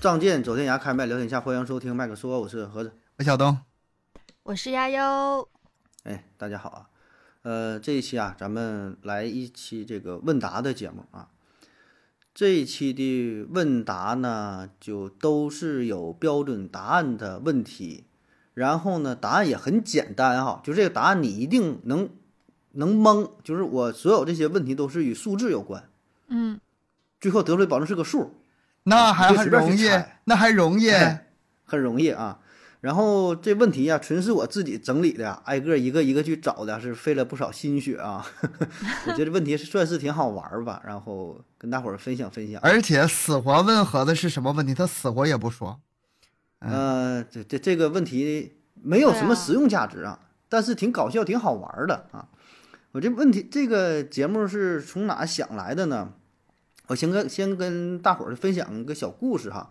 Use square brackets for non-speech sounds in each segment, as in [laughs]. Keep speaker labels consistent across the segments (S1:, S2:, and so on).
S1: 仗剑走天涯，开麦聊天下，欢迎收听麦克说，我是盒子。
S2: 喂，哎小东，
S3: 我是丫优，
S1: 哎，大家好啊，呃，这一期啊，咱们来一期这个问答的节目啊。这一期的问答呢，就都是有标准答案的问题，然后呢，答案也很简单哈，就这个答案你一定能能蒙，就是我所有这些问题都是与数字有关，
S3: 嗯，
S1: 最后得出来保证是个数，
S2: 那还
S1: 你就
S2: 还
S1: 随便去
S2: 容易
S1: 猜，
S2: 那还容易，
S1: 哎很容易啊。然后这问题啊，纯是我自己整理的呀，挨个一个一个去找的，是费了不少心血啊。 [laughs] 我觉得问题是算是挺好玩儿吧，然后跟大伙儿分享分享。
S2: 而且死活问盒子是什么问题，他死活也不说。嗯
S1: 呃，这这这个问题没有什么实用价值啊，但是挺搞笑、挺好玩儿的啊。我这问题这个节目是从哪想来的呢？我先跟先跟大伙儿分享一个小故事哈。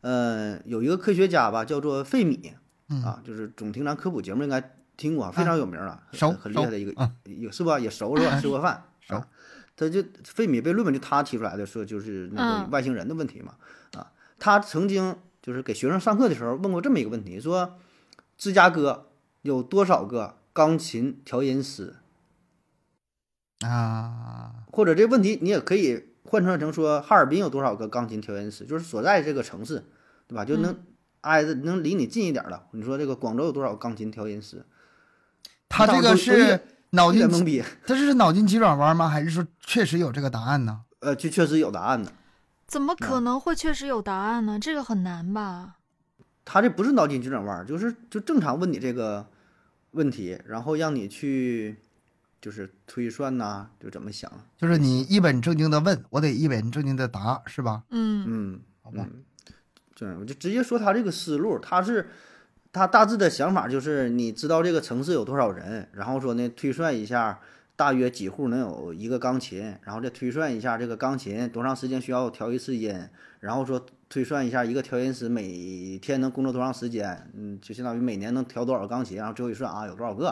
S1: 呃，有一个科学家吧，叫做费米，
S2: 嗯
S1: 啊，就是总听咱科普节目应该听过啊，非常有名了，
S2: 熟
S1: 很很厉害的一
S2: 熟
S1: 个
S2: 啊，
S1: 也是吧，也熟是吧，吃过饭
S2: 熟
S1: 啊。他就费米悖论嘛，就他提出来的，说就是那个
S3: 嗯
S1: 外星人的问题嘛，啊，他曾经就是给学生上课的时候问过这么一个问题，说芝加哥有多少个钢琴调音师？
S2: 啊，
S1: 或者这问题你也可以换算成说哈尔滨有多少个钢琴调音师，就是所在这个城市，对吧？就能挨着、能离你近一点的。你说这个广州有多少钢琴调音师？
S2: 他这个
S1: 我我
S2: 是脑
S1: 有点
S2: 筋，
S1: 懵逼。
S2: 他这是脑筋急转弯吗？还是说确实有这个答案呢？
S1: 呃，就确实有答案的。
S3: 怎么可能会确实有答案呢？这个很难吧？
S1: 他这不是脑筋急转弯，就是就正常问你这个问题，然后让你去就是推算呐、就怎么想。
S2: 就是你一本正经的问，我得一本正经的答，是吧？
S3: 嗯
S1: 嗯，
S2: 好吧
S1: 嗯，对，我就直接说他这个思路，他是他大致的想法就是，你知道这个城市有多少人，然后说呢，推算一下大约几户能有一个钢琴，然后再推算一下这个钢琴多长时间需要调一次音，然后说推算一下一个调音师每天能工作多长时间，嗯，就相当于每年能调多少个钢琴，然后最后一算啊，有多少个。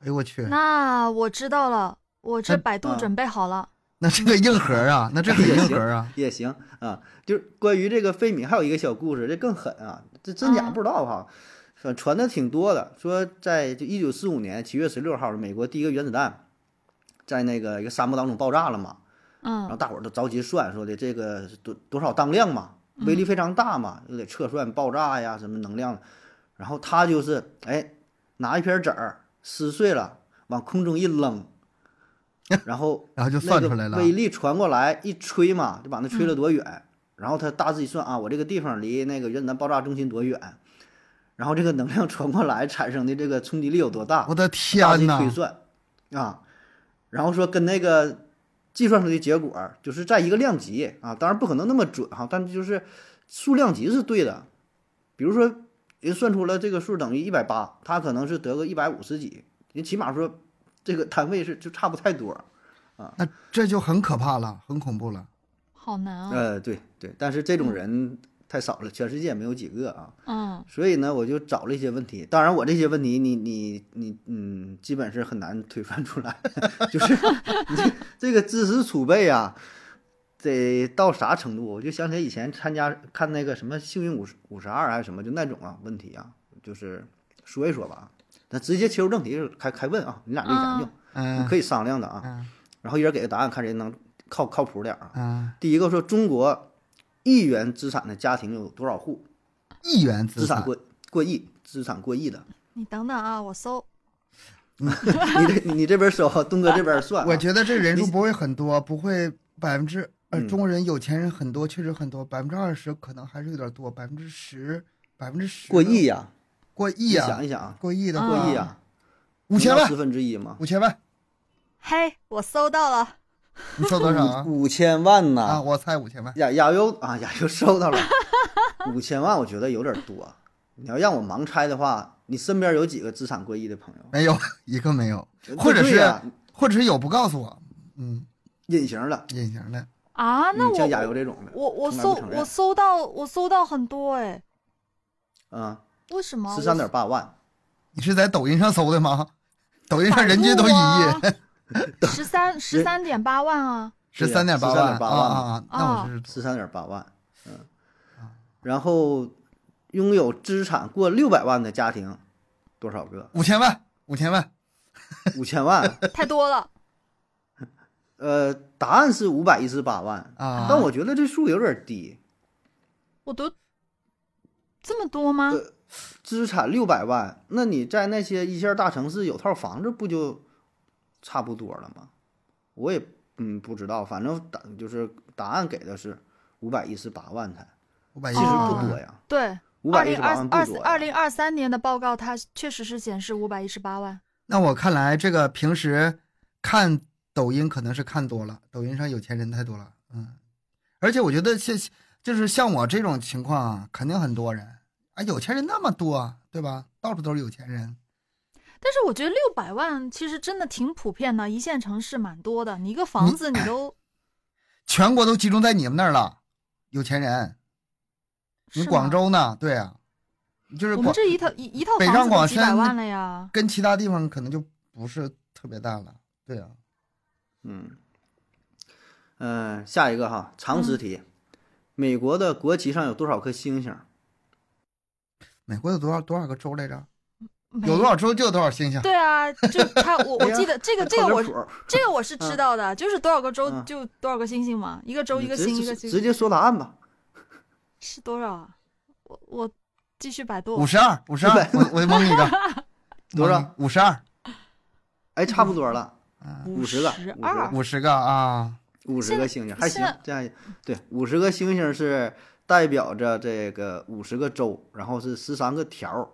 S2: 哎呦我去，
S3: 那我知道了，我这
S2: 嗯
S3: 百度
S1: 啊
S3: 准备好了。
S2: 那这个硬核啊，那这很
S1: 也
S2: 硬
S1: 行
S2: 核啊。
S1: [laughs] 也行啊。就是关于这个费米还有一个小故事，这更狠啊，这真假
S3: 啊
S1: 不知道哈，反正传的挺多的。说在就一九四五年七月十六号，美国第一个原子弹在那个一个沙漠当中爆炸了嘛，然后
S3: 嗯
S1: 大伙儿都着急算，说的这个是多多少当量嘛，威
S3: 嗯
S1: 力非常大嘛，就得测算爆炸呀什么能量。然后他就是哎拿一片纸儿撕碎了，往空中一
S3: [laughs]
S1: 扔，然后
S2: 然后就
S1: 那
S2: 算
S1: 个
S2: 出来了，嗯
S1: 威力传过来一吹嘛，就把那吹了多远，然后他大致一算啊，我这个地方离那个原子弹爆炸中心多远，然后这个能量传过来产生的这个冲击力有多大，
S2: 我的
S1: 大致
S2: 天
S1: 一
S2: 呐！
S1: 推算啊，然后说跟那个计算出的结果就是在一个量级啊，当然不可能那么准哈、但就是数量级是对的，比如说人算出了这个数等于一百八，他可能是得个一百五十几，人起码说这个单位是就差不太多。
S2: 那这就很可怕了，很恐怖了。
S3: 好难啊。
S1: 呃，对对，但是这种人太少了，全世界没有几个啊。
S3: 嗯
S1: 所以呢，我就找了一些问题。当然，我这些问题你，你你嗯，基本是很难推算出来， [laughs] 就是你这这个知识储备啊，得到啥程度？我就想起以前参加看那个什么《幸运五十五十二》还是什么，就那种啊问题啊，就是说一说吧啊。咱直接切入正题，开开问啊，你俩就研究，
S2: 嗯，
S1: 可以商量的啊。
S2: 嗯
S1: 然后一人给个答案，看谁能靠靠谱点儿啊。
S2: 嗯，
S1: 第一个说中国亿元资产的家庭有多少户？
S2: 亿元资
S1: 资产
S2: 产，
S1: 过过亿，资产过亿的。
S3: 你等等啊，我搜。
S1: 你这
S2: [laughs]
S1: 你你这边说，东哥这边算啊、
S2: 我觉得这人数
S1: 你
S2: 不会很多，不会百分之呃，
S1: 嗯
S2: 中国人有钱人很多，确实很多，百分之二十可能还是有点多，百分之十，百分之十
S1: 过亿，呀、
S2: 过
S1: 你
S2: 亿啊
S1: 想，一想啊，
S2: 过亿的
S3: 啊
S1: 过
S2: 话
S1: 亿啊，
S2: 五千
S1: 十
S2: 万，
S1: 分之一嘛，
S2: 五千万，
S3: 嘿，我搜到了。
S2: 你搜多少啊？
S1: 五千万呐、
S2: 啊，我猜五千万，
S1: 亚亚优啊，亚优收
S2: [laughs]
S1: 到了五千万，我觉得有点多。你要让我盲猜的话，你身边有几个资产过亿的朋友？
S2: 没有一个没有，或者
S1: 对
S2: 是
S1: 呀
S2: 或者是有不告诉我，嗯，隐
S1: 隐形的，
S2: 隐形的，
S3: 啊，那
S1: 嗯像亚
S3: 我
S1: 优这种的，
S3: 我我
S1: 从来
S3: 搜
S1: 不承认
S3: 我搜到我搜到很多哎，
S1: 嗯，
S3: 为什么？
S1: 十三点八万，
S2: 你是在抖音上搜的吗？抖音
S1: [laughs]
S3: 我
S2: 上人均都一
S3: 啊
S2: 亿，
S3: 亿，十三十三点八万啊。
S2: 十三点八
S1: 13.8
S2: 万
S1: 万
S2: 啊啊啊！那我
S3: 啊
S2: 是
S1: 十三点八万，嗯然后拥有资产过六百万的家庭多少
S2: [laughs]
S1: 个？
S2: 五千万，五千万，
S1: 五千万。
S3: 太多了。
S1: 呃，答案是五百一十八万，
S2: 啊！
S1: 但我觉得这数有点低。
S3: 我都这么多吗？
S1: 呃资产六百万，那你在那些一线大城市有套房子，不就差不多了吗？我也嗯不知道，反正答就是答案给的是五百一十八万才，
S2: 五百一
S1: 其
S2: 啊十
S1: 实
S2: 八
S1: 不
S2: 万
S1: 多呀，
S3: 对，
S1: 五
S3: 二
S1: 百一
S3: 零
S1: 十
S3: 二
S1: 八万不
S3: 二
S1: 多呀。
S3: 二零二三年的报告，它确实是显示五百一十八万。
S2: 那我看来，这个平时看抖音可能是看多了，抖音上有钱人太多了，嗯，而且我觉得像就是像我这种情况啊，肯定很多人啊，有钱人那么多，对吧？到处都是有钱人，
S3: 但是我觉得六百万其实真的挺普遍的，一线城市蛮多的。你一个房子你
S1: 嗯
S3: 都
S2: 全国都集中在你们那儿了，有钱人。你
S3: 是
S2: 广
S3: 吗
S2: 州呢？对啊，就是
S3: 我
S2: 广
S3: 们这一套一一套
S2: 北
S3: 房
S2: 上
S3: 子
S2: 广
S3: 都几百
S2: 深
S3: 万了呀。
S2: 跟其他地方可能就不是特别大了，对啊，
S1: 嗯，呃，下一个哈，常识
S3: 嗯
S1: 题，美国的国旗上有多少颗星星？
S2: 美国有多少多少个州来着？
S3: 没
S2: 有多少州就有多少星星。
S3: 对啊，就他
S1: [laughs]
S3: 我我
S1: 哎呀
S3: 记得这个这个
S1: 靠点
S3: 我
S1: 谱儿
S3: 这个我是知道的，就是多少个州
S1: 嗯
S3: 就多少个星星嘛，一个州一
S1: 你
S3: 个
S1: 直
S3: 星一个
S1: 直直
S3: 星
S1: 接说答案吧。
S3: 是多少啊？我我继续百度
S2: 五，十二，五十二，我我蒙你
S3: [laughs]
S2: 一个，
S1: 多少？
S2: 五十二，
S3: 嗯
S1: 哎，差不多了，
S2: 啊
S1: 五十个，
S3: 二
S2: 五十个啊，
S1: 五十
S3: 现
S1: 个
S3: 在
S1: 星星还行
S3: 现在，
S1: 这样对，五十个星星是代表着这个五十个州，然后是十三个条儿，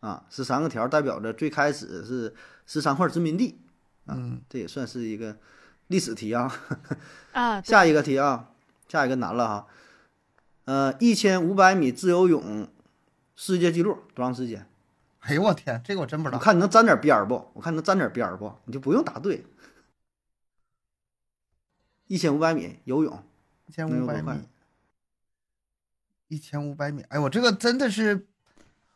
S1: 啊，十三个条儿代表着最开始是十三块殖民地，
S2: 嗯，
S1: 这也算是一个历史题啊。
S3: 啊，对
S1: 下一个题啊，下一个难了哈，呃，一千五百米自由泳世界纪录多长时间？
S2: 哎呦我天，这个我真不知
S1: 我
S2: 道，
S1: 看你能沾点边儿不？我看你能沾点边儿不？你就不用答对。一千五百米游泳，
S2: 一千
S1: 能有
S2: 五百
S1: 多快
S2: 米，一千五百米，哎，我这个真的是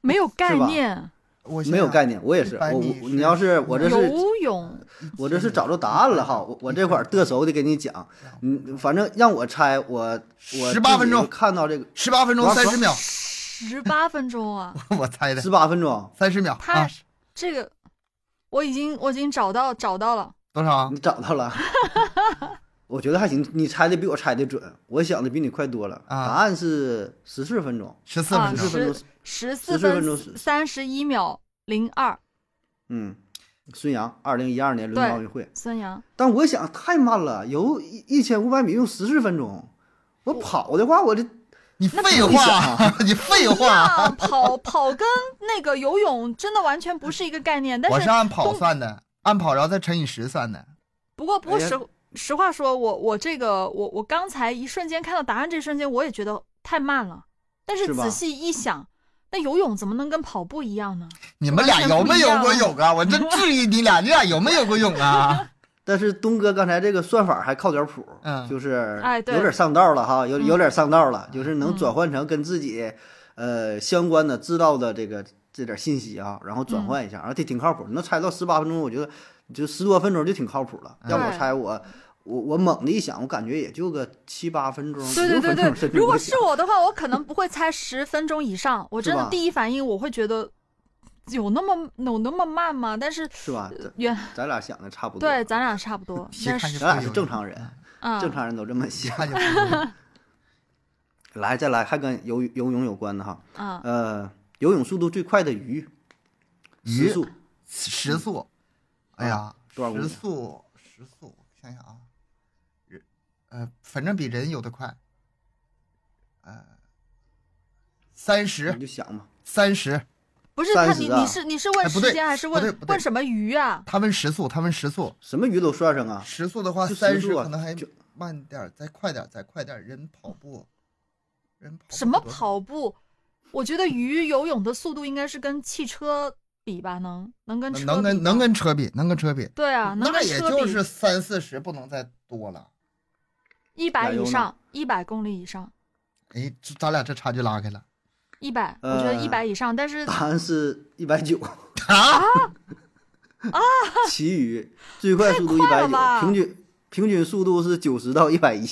S3: 没有概
S1: 是吧
S3: 念，
S2: 我
S1: 没有概
S2: 念，
S1: 念，我也是，
S2: 100
S1: 我
S2: 米
S1: 我
S2: 是
S1: 你要是我这是
S3: 游泳
S1: 我这是找着答案了
S2: [laughs]
S1: 哈，我我这块儿得手的给你讲，嗯，反正让我猜，我我
S2: 18分钟
S1: 自己看到这个
S2: 十八分钟
S1: 我
S2: 三十秒， [laughs]
S3: 十八分钟啊，
S2: 我猜的
S1: 十八分钟，
S2: 三十秒
S3: 他
S2: 啊，
S3: 这个我已经我已经找到找到了，
S2: 多少啊？
S1: 你找到了， [laughs] 我觉得还行，你猜的比我猜的准，我想的比你快多了，
S2: 啊
S1: 答案是十四分钟，
S2: 十四分
S1: 十四
S2: 钟，
S1: 分钟，
S3: 啊十四
S1: 分钟
S3: 分
S1: 是
S3: 三十一秒零二，
S1: 嗯，孙杨二零一二年伦敦
S3: 对
S1: 奥运会，
S3: 孙杨
S1: 但我想太慢了，游一一千五百米用十四分钟，我跑的话我这
S2: 你废
S1: 不想
S2: 话， [laughs] 你废话，
S3: 啊，跑跑跟那个游泳真的完全不是一个概念，但
S2: 我
S3: 是
S2: 是按跑
S3: 东
S2: 算的，按跑然后再乘以十算的，
S3: 不过，不过
S1: 哎呀
S3: 实实话说，我我这个我我刚才一瞬间看到答案，这一瞬间我也觉得太慢了。但
S1: 是
S3: 是
S1: 吧
S3: 仔细一想，那游泳怎么能跟跑步一样呢？
S2: 你们俩
S3: 完全
S2: 有
S3: 不
S2: 没
S3: 一
S2: 有
S3: 样
S2: 过
S3: 啊
S2: 泳啊？我真质疑你俩，你俩有没有过泳啊？
S3: [laughs]
S1: 但是东哥刚才这个算法还靠点谱，
S2: 嗯
S1: 就是
S3: 哎对
S1: 有点上道了哈，有
S3: 嗯
S1: 有点上道了，就是能转换成跟自己呃相关的知道的这个这点信息啊，然后转换一
S3: 嗯
S1: 下，而且挺靠谱，能猜到十八分钟，我觉得就十多分钟就挺靠谱了。
S2: 嗯
S1: 要我
S3: 对
S1: 猜我。我我猛的一想，我感觉也就个七八分钟，
S3: 对对对
S1: 16分钟
S3: 对
S1: 甚，至
S3: 如果
S1: 我
S3: 是
S1: 想
S3: 我的话，我可能不会猜十分钟以上。我真
S1: 是吧
S3: 的第一反应我会觉得有那么有那么慢吗？但是
S1: 是吧？咱
S3: 远
S1: 咱俩想的差不多，
S3: 对，咱俩差不多
S2: 一。
S3: 但
S2: 看就
S3: 是
S1: 咱俩
S2: 不
S1: 是
S2: 游
S1: 正
S2: 泳
S1: 常人，
S3: 啊，
S1: 正常人都这么
S2: 一
S1: 想。 [laughs]
S2: 看就不
S3: [laughs]
S2: 游泳
S1: 来，再来，还跟游游泳有关的哈，
S3: 啊，
S1: 呃，游泳速度最快的鱼，时
S2: 鱼
S1: 速
S2: 时速，哎
S1: 嗯
S2: 呀，
S1: 啊多少公
S2: 时
S1: 里？啊
S2: 速时速，想想啊，人呃，反正比人游得快，呃，三
S1: 你
S2: 十
S1: 就想吧，
S2: 三十，
S3: 不是他，
S1: 30
S3: 你
S1: 啊
S3: 你是你是
S2: 哎
S3: 问
S2: 不
S3: 时
S2: 对
S3: 间还是
S2: 不对
S3: 问
S2: 不对
S3: 问什么鱼啊？
S2: 他们时速，他们时速，
S1: 什么鱼都算上啊。
S2: 时速的话
S1: 就
S2: 三
S1: 时
S2: 十
S1: 速啊
S2: 可能还
S1: 就
S2: 慢点儿，再快点儿，再快点儿，人跑步，人跑步
S3: 什么
S2: 多少
S3: 跑步？我觉得鱼游泳的速度应该是跟汽车比吧，能能跟车
S2: 能能
S3: 比
S2: 跟
S3: 吧
S2: 能跟车比，能跟车比，
S3: 对啊，能
S2: 那
S3: 跟
S2: 也
S3: 车
S2: 就
S3: 比
S2: 是三四十，不能再多了。
S3: 一百
S1: 加油
S3: 以
S1: 呢
S3: 上，一百公里以上，
S2: 哎，这咱俩这差距拉开
S3: 哎
S2: 了
S3: 一百，我觉得
S2: 呃
S3: 一百以上，
S2: [laughs]
S3: 但是
S1: 答案是一百九，
S2: 啊！
S1: [laughs] 其余最快速度一
S3: 啊太快
S1: 百
S3: 了吧
S1: 九，平均平均 [laughs] 啊速度是九十到一百一，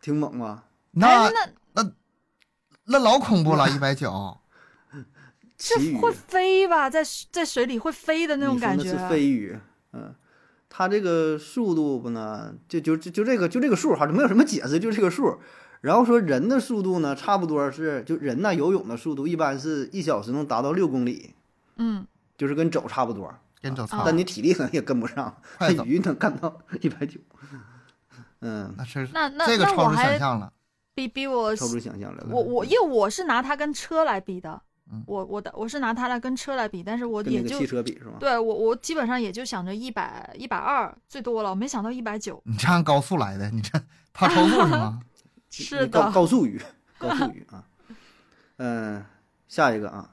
S1: 挺猛吧？
S3: 哎
S2: 那
S3: 那
S2: 那老恐怖了，一百九。
S3: 这
S1: 旗语
S3: 会飞吧，在在水里会飞的那种
S1: 你说
S3: 感
S1: 那
S3: 觉啊
S1: 是。飞鱼，嗯，它这个速度不呢，就就就就这个就这个数哈，没有什么解释，就这个数。然后说人的速度呢，差不多是就人呐游泳的速度一般是一小时能达到六公里，
S3: 嗯，
S1: 就是跟走差不多，
S2: 跟走
S3: 啊
S2: 操
S1: 但，你体力可能也跟不上，
S2: [laughs] 快
S1: 那 [laughs]
S2: 走
S1: 鱼能干到一百九，嗯，
S2: 那是
S3: 那那
S2: 这个
S3: 那我
S2: 超出
S3: 还
S2: 想象了。
S3: 比比我
S1: 超出想象了。
S3: 我我因为我是拿它跟车来比的，
S2: 嗯
S3: 我我的我是拿它来跟车来比，但是我
S1: 跟
S3: 也
S1: 那个
S3: 就
S1: 汽车比是吗？
S3: 对我我基本上也就想着一百一百二最多了，我没想到一百九。
S2: 你这按高速来的，你
S3: [laughs]
S2: 这怕超速是吗？
S3: 是
S1: 高
S3: 的，
S1: 高速
S3: [laughs]
S1: 语，高速语啊。嗯、下一个啊，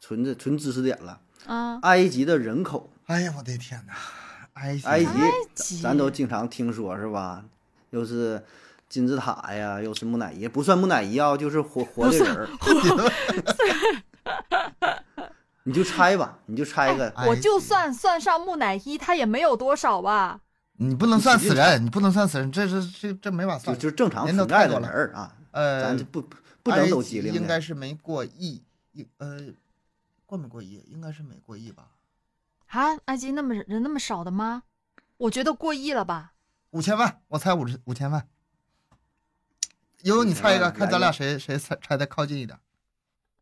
S1: 纯的纯知识点了。
S3: 嗯，
S1: 埃及的人口，
S2: 哎呀，我的天哪！埃及，
S1: 埃及
S3: 及
S1: 咱都经常听说是吧？又是金字塔呀，又是木乃伊，不算木乃伊啊，就是活 [laughs] 活的人儿。 [laughs] 你就猜吧，你就猜个，
S2: 埃
S3: 我
S2: 及
S3: 就算算上木乃伊，它也没有多少吧。
S2: [laughs] 你不能算死人，你不能算死人，这这这这没法
S1: 就
S2: 哎算。
S1: 就正常
S2: 人都
S1: 存在
S2: 太多
S1: 的
S2: 了
S1: 人儿啊，
S2: 呃
S1: 咱就，不不能走机
S2: 埃及应
S1: 灵
S2: 该
S1: 的。
S2: 是没过亿，一呃，过没过亿？应该是没过亿吧，
S3: 啊，埃及那么人那么少的吗？我觉得过亿了吧。
S2: 五千万，我猜五十五千万。悠悠，你猜一个，看咱俩谁谁猜猜的靠近一点。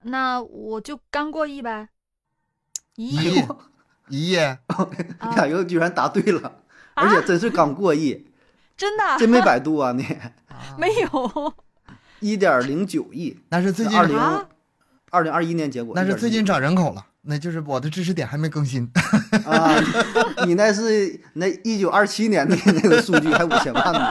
S3: 那我就刚过亿呗，一
S2: 一
S3: 亿
S2: 亿，一亿，
S1: 你
S2: [laughs]
S1: 俩哎又居然答对了，
S3: 啊
S1: [laughs] 而且真是刚过亿，
S3: 真的
S1: 真没百度啊你。
S3: 没
S1: [laughs]
S3: 有
S1: 一点零九亿，
S2: 那是最近
S1: 二零
S3: 啊
S1: 二零二一年结果。
S2: 那是最近
S1: 1.09
S2: 涨人口了，那就是我的知识点还没更新。
S1: 啊， [laughs] 你你那是那一九二七年的那个数据，还五千万呢。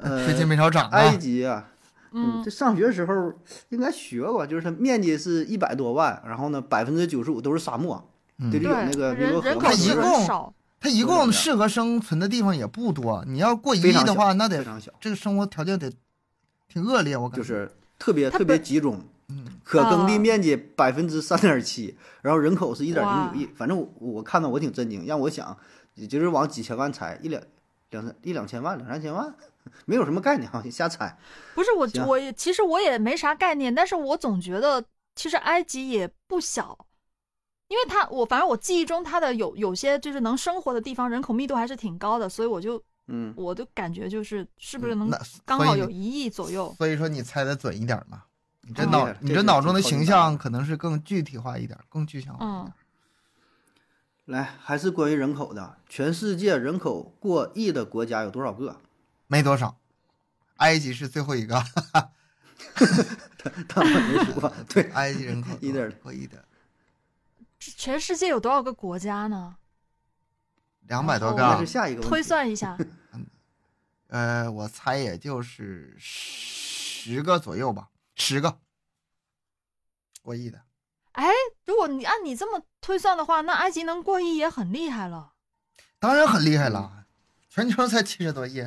S1: 呃
S2: 最近没少涨
S1: 埃
S2: 啊。
S1: 及啊，
S3: 嗯
S1: 这上学时候应该学过，就是它面积是一百多万，然后呢，百分之九十五都是沙漠，
S2: 嗯
S1: 对这
S3: 对
S1: 有那个尼
S3: 人
S1: 罗河
S3: 人
S1: 嘛
S3: 口
S2: 它
S1: 就
S2: 一
S1: 是
S3: 是
S2: 共
S3: 很少，
S2: 它一共适合生存的地方也不多，你要过一亿的话，那
S1: 非
S2: 得
S1: 常小，
S2: 这个生活条件得挺恶劣，我感
S1: 就
S2: 觉。
S1: 是特别
S3: 它
S1: 特别
S3: 本
S1: 集中。
S2: 嗯，
S1: 可耕地
S3: 啊
S1: 面积百分之三点七，然后人口是一点零
S3: 哇
S1: 九亿，反正我我看到我挺震惊，让我想，也就是往几千万猜，一两两三一两千万两三千万，没有什么概念，啊，瞎猜。
S3: 不是我
S1: 行
S3: 我也其实我也没啥概念，但是我总觉得其实埃及也不小，因为它我反正我记忆中它的有有些就是能生活的地方人口密度还是挺高的，所以我就
S1: 嗯，
S3: 我就感觉就是是不是能
S2: 那
S3: 刚
S2: 所以
S3: 好
S2: 你
S3: 有一亿左右，
S2: 所以说你猜的准一点嘛。你这
S3: 嗯
S2: 脑
S1: 对，
S2: 你
S1: 这
S2: 这
S1: 是
S2: 脑
S1: 挺
S2: 中的
S1: 靠近
S2: 形
S1: 大的
S2: 象可能是更具体化一点，更具象化一
S3: 嗯
S2: 点。，
S1: 来还是关于人口的，全世界人口过亿的国家有多少个？ [laughs]
S2: 没多少，埃及是最后一
S1: 啊
S2: 个，
S1: 他们没说，对，
S2: 埃及人口
S1: 一点儿
S2: 过亿的，
S3: 这全世界有多少个国家呢？
S2: 两百多
S3: 哦
S2: 个
S1: 那
S2: 啊
S1: 是。下一个问题
S3: 推算一下，
S2: 呃，我猜也就是十个左右吧，十个过亿的。
S3: 哎，如果你按你这么推算的话，那埃及能过亿也很厉害了。
S2: 当然很厉害
S1: 嗯
S2: 了，全球才七十多亿，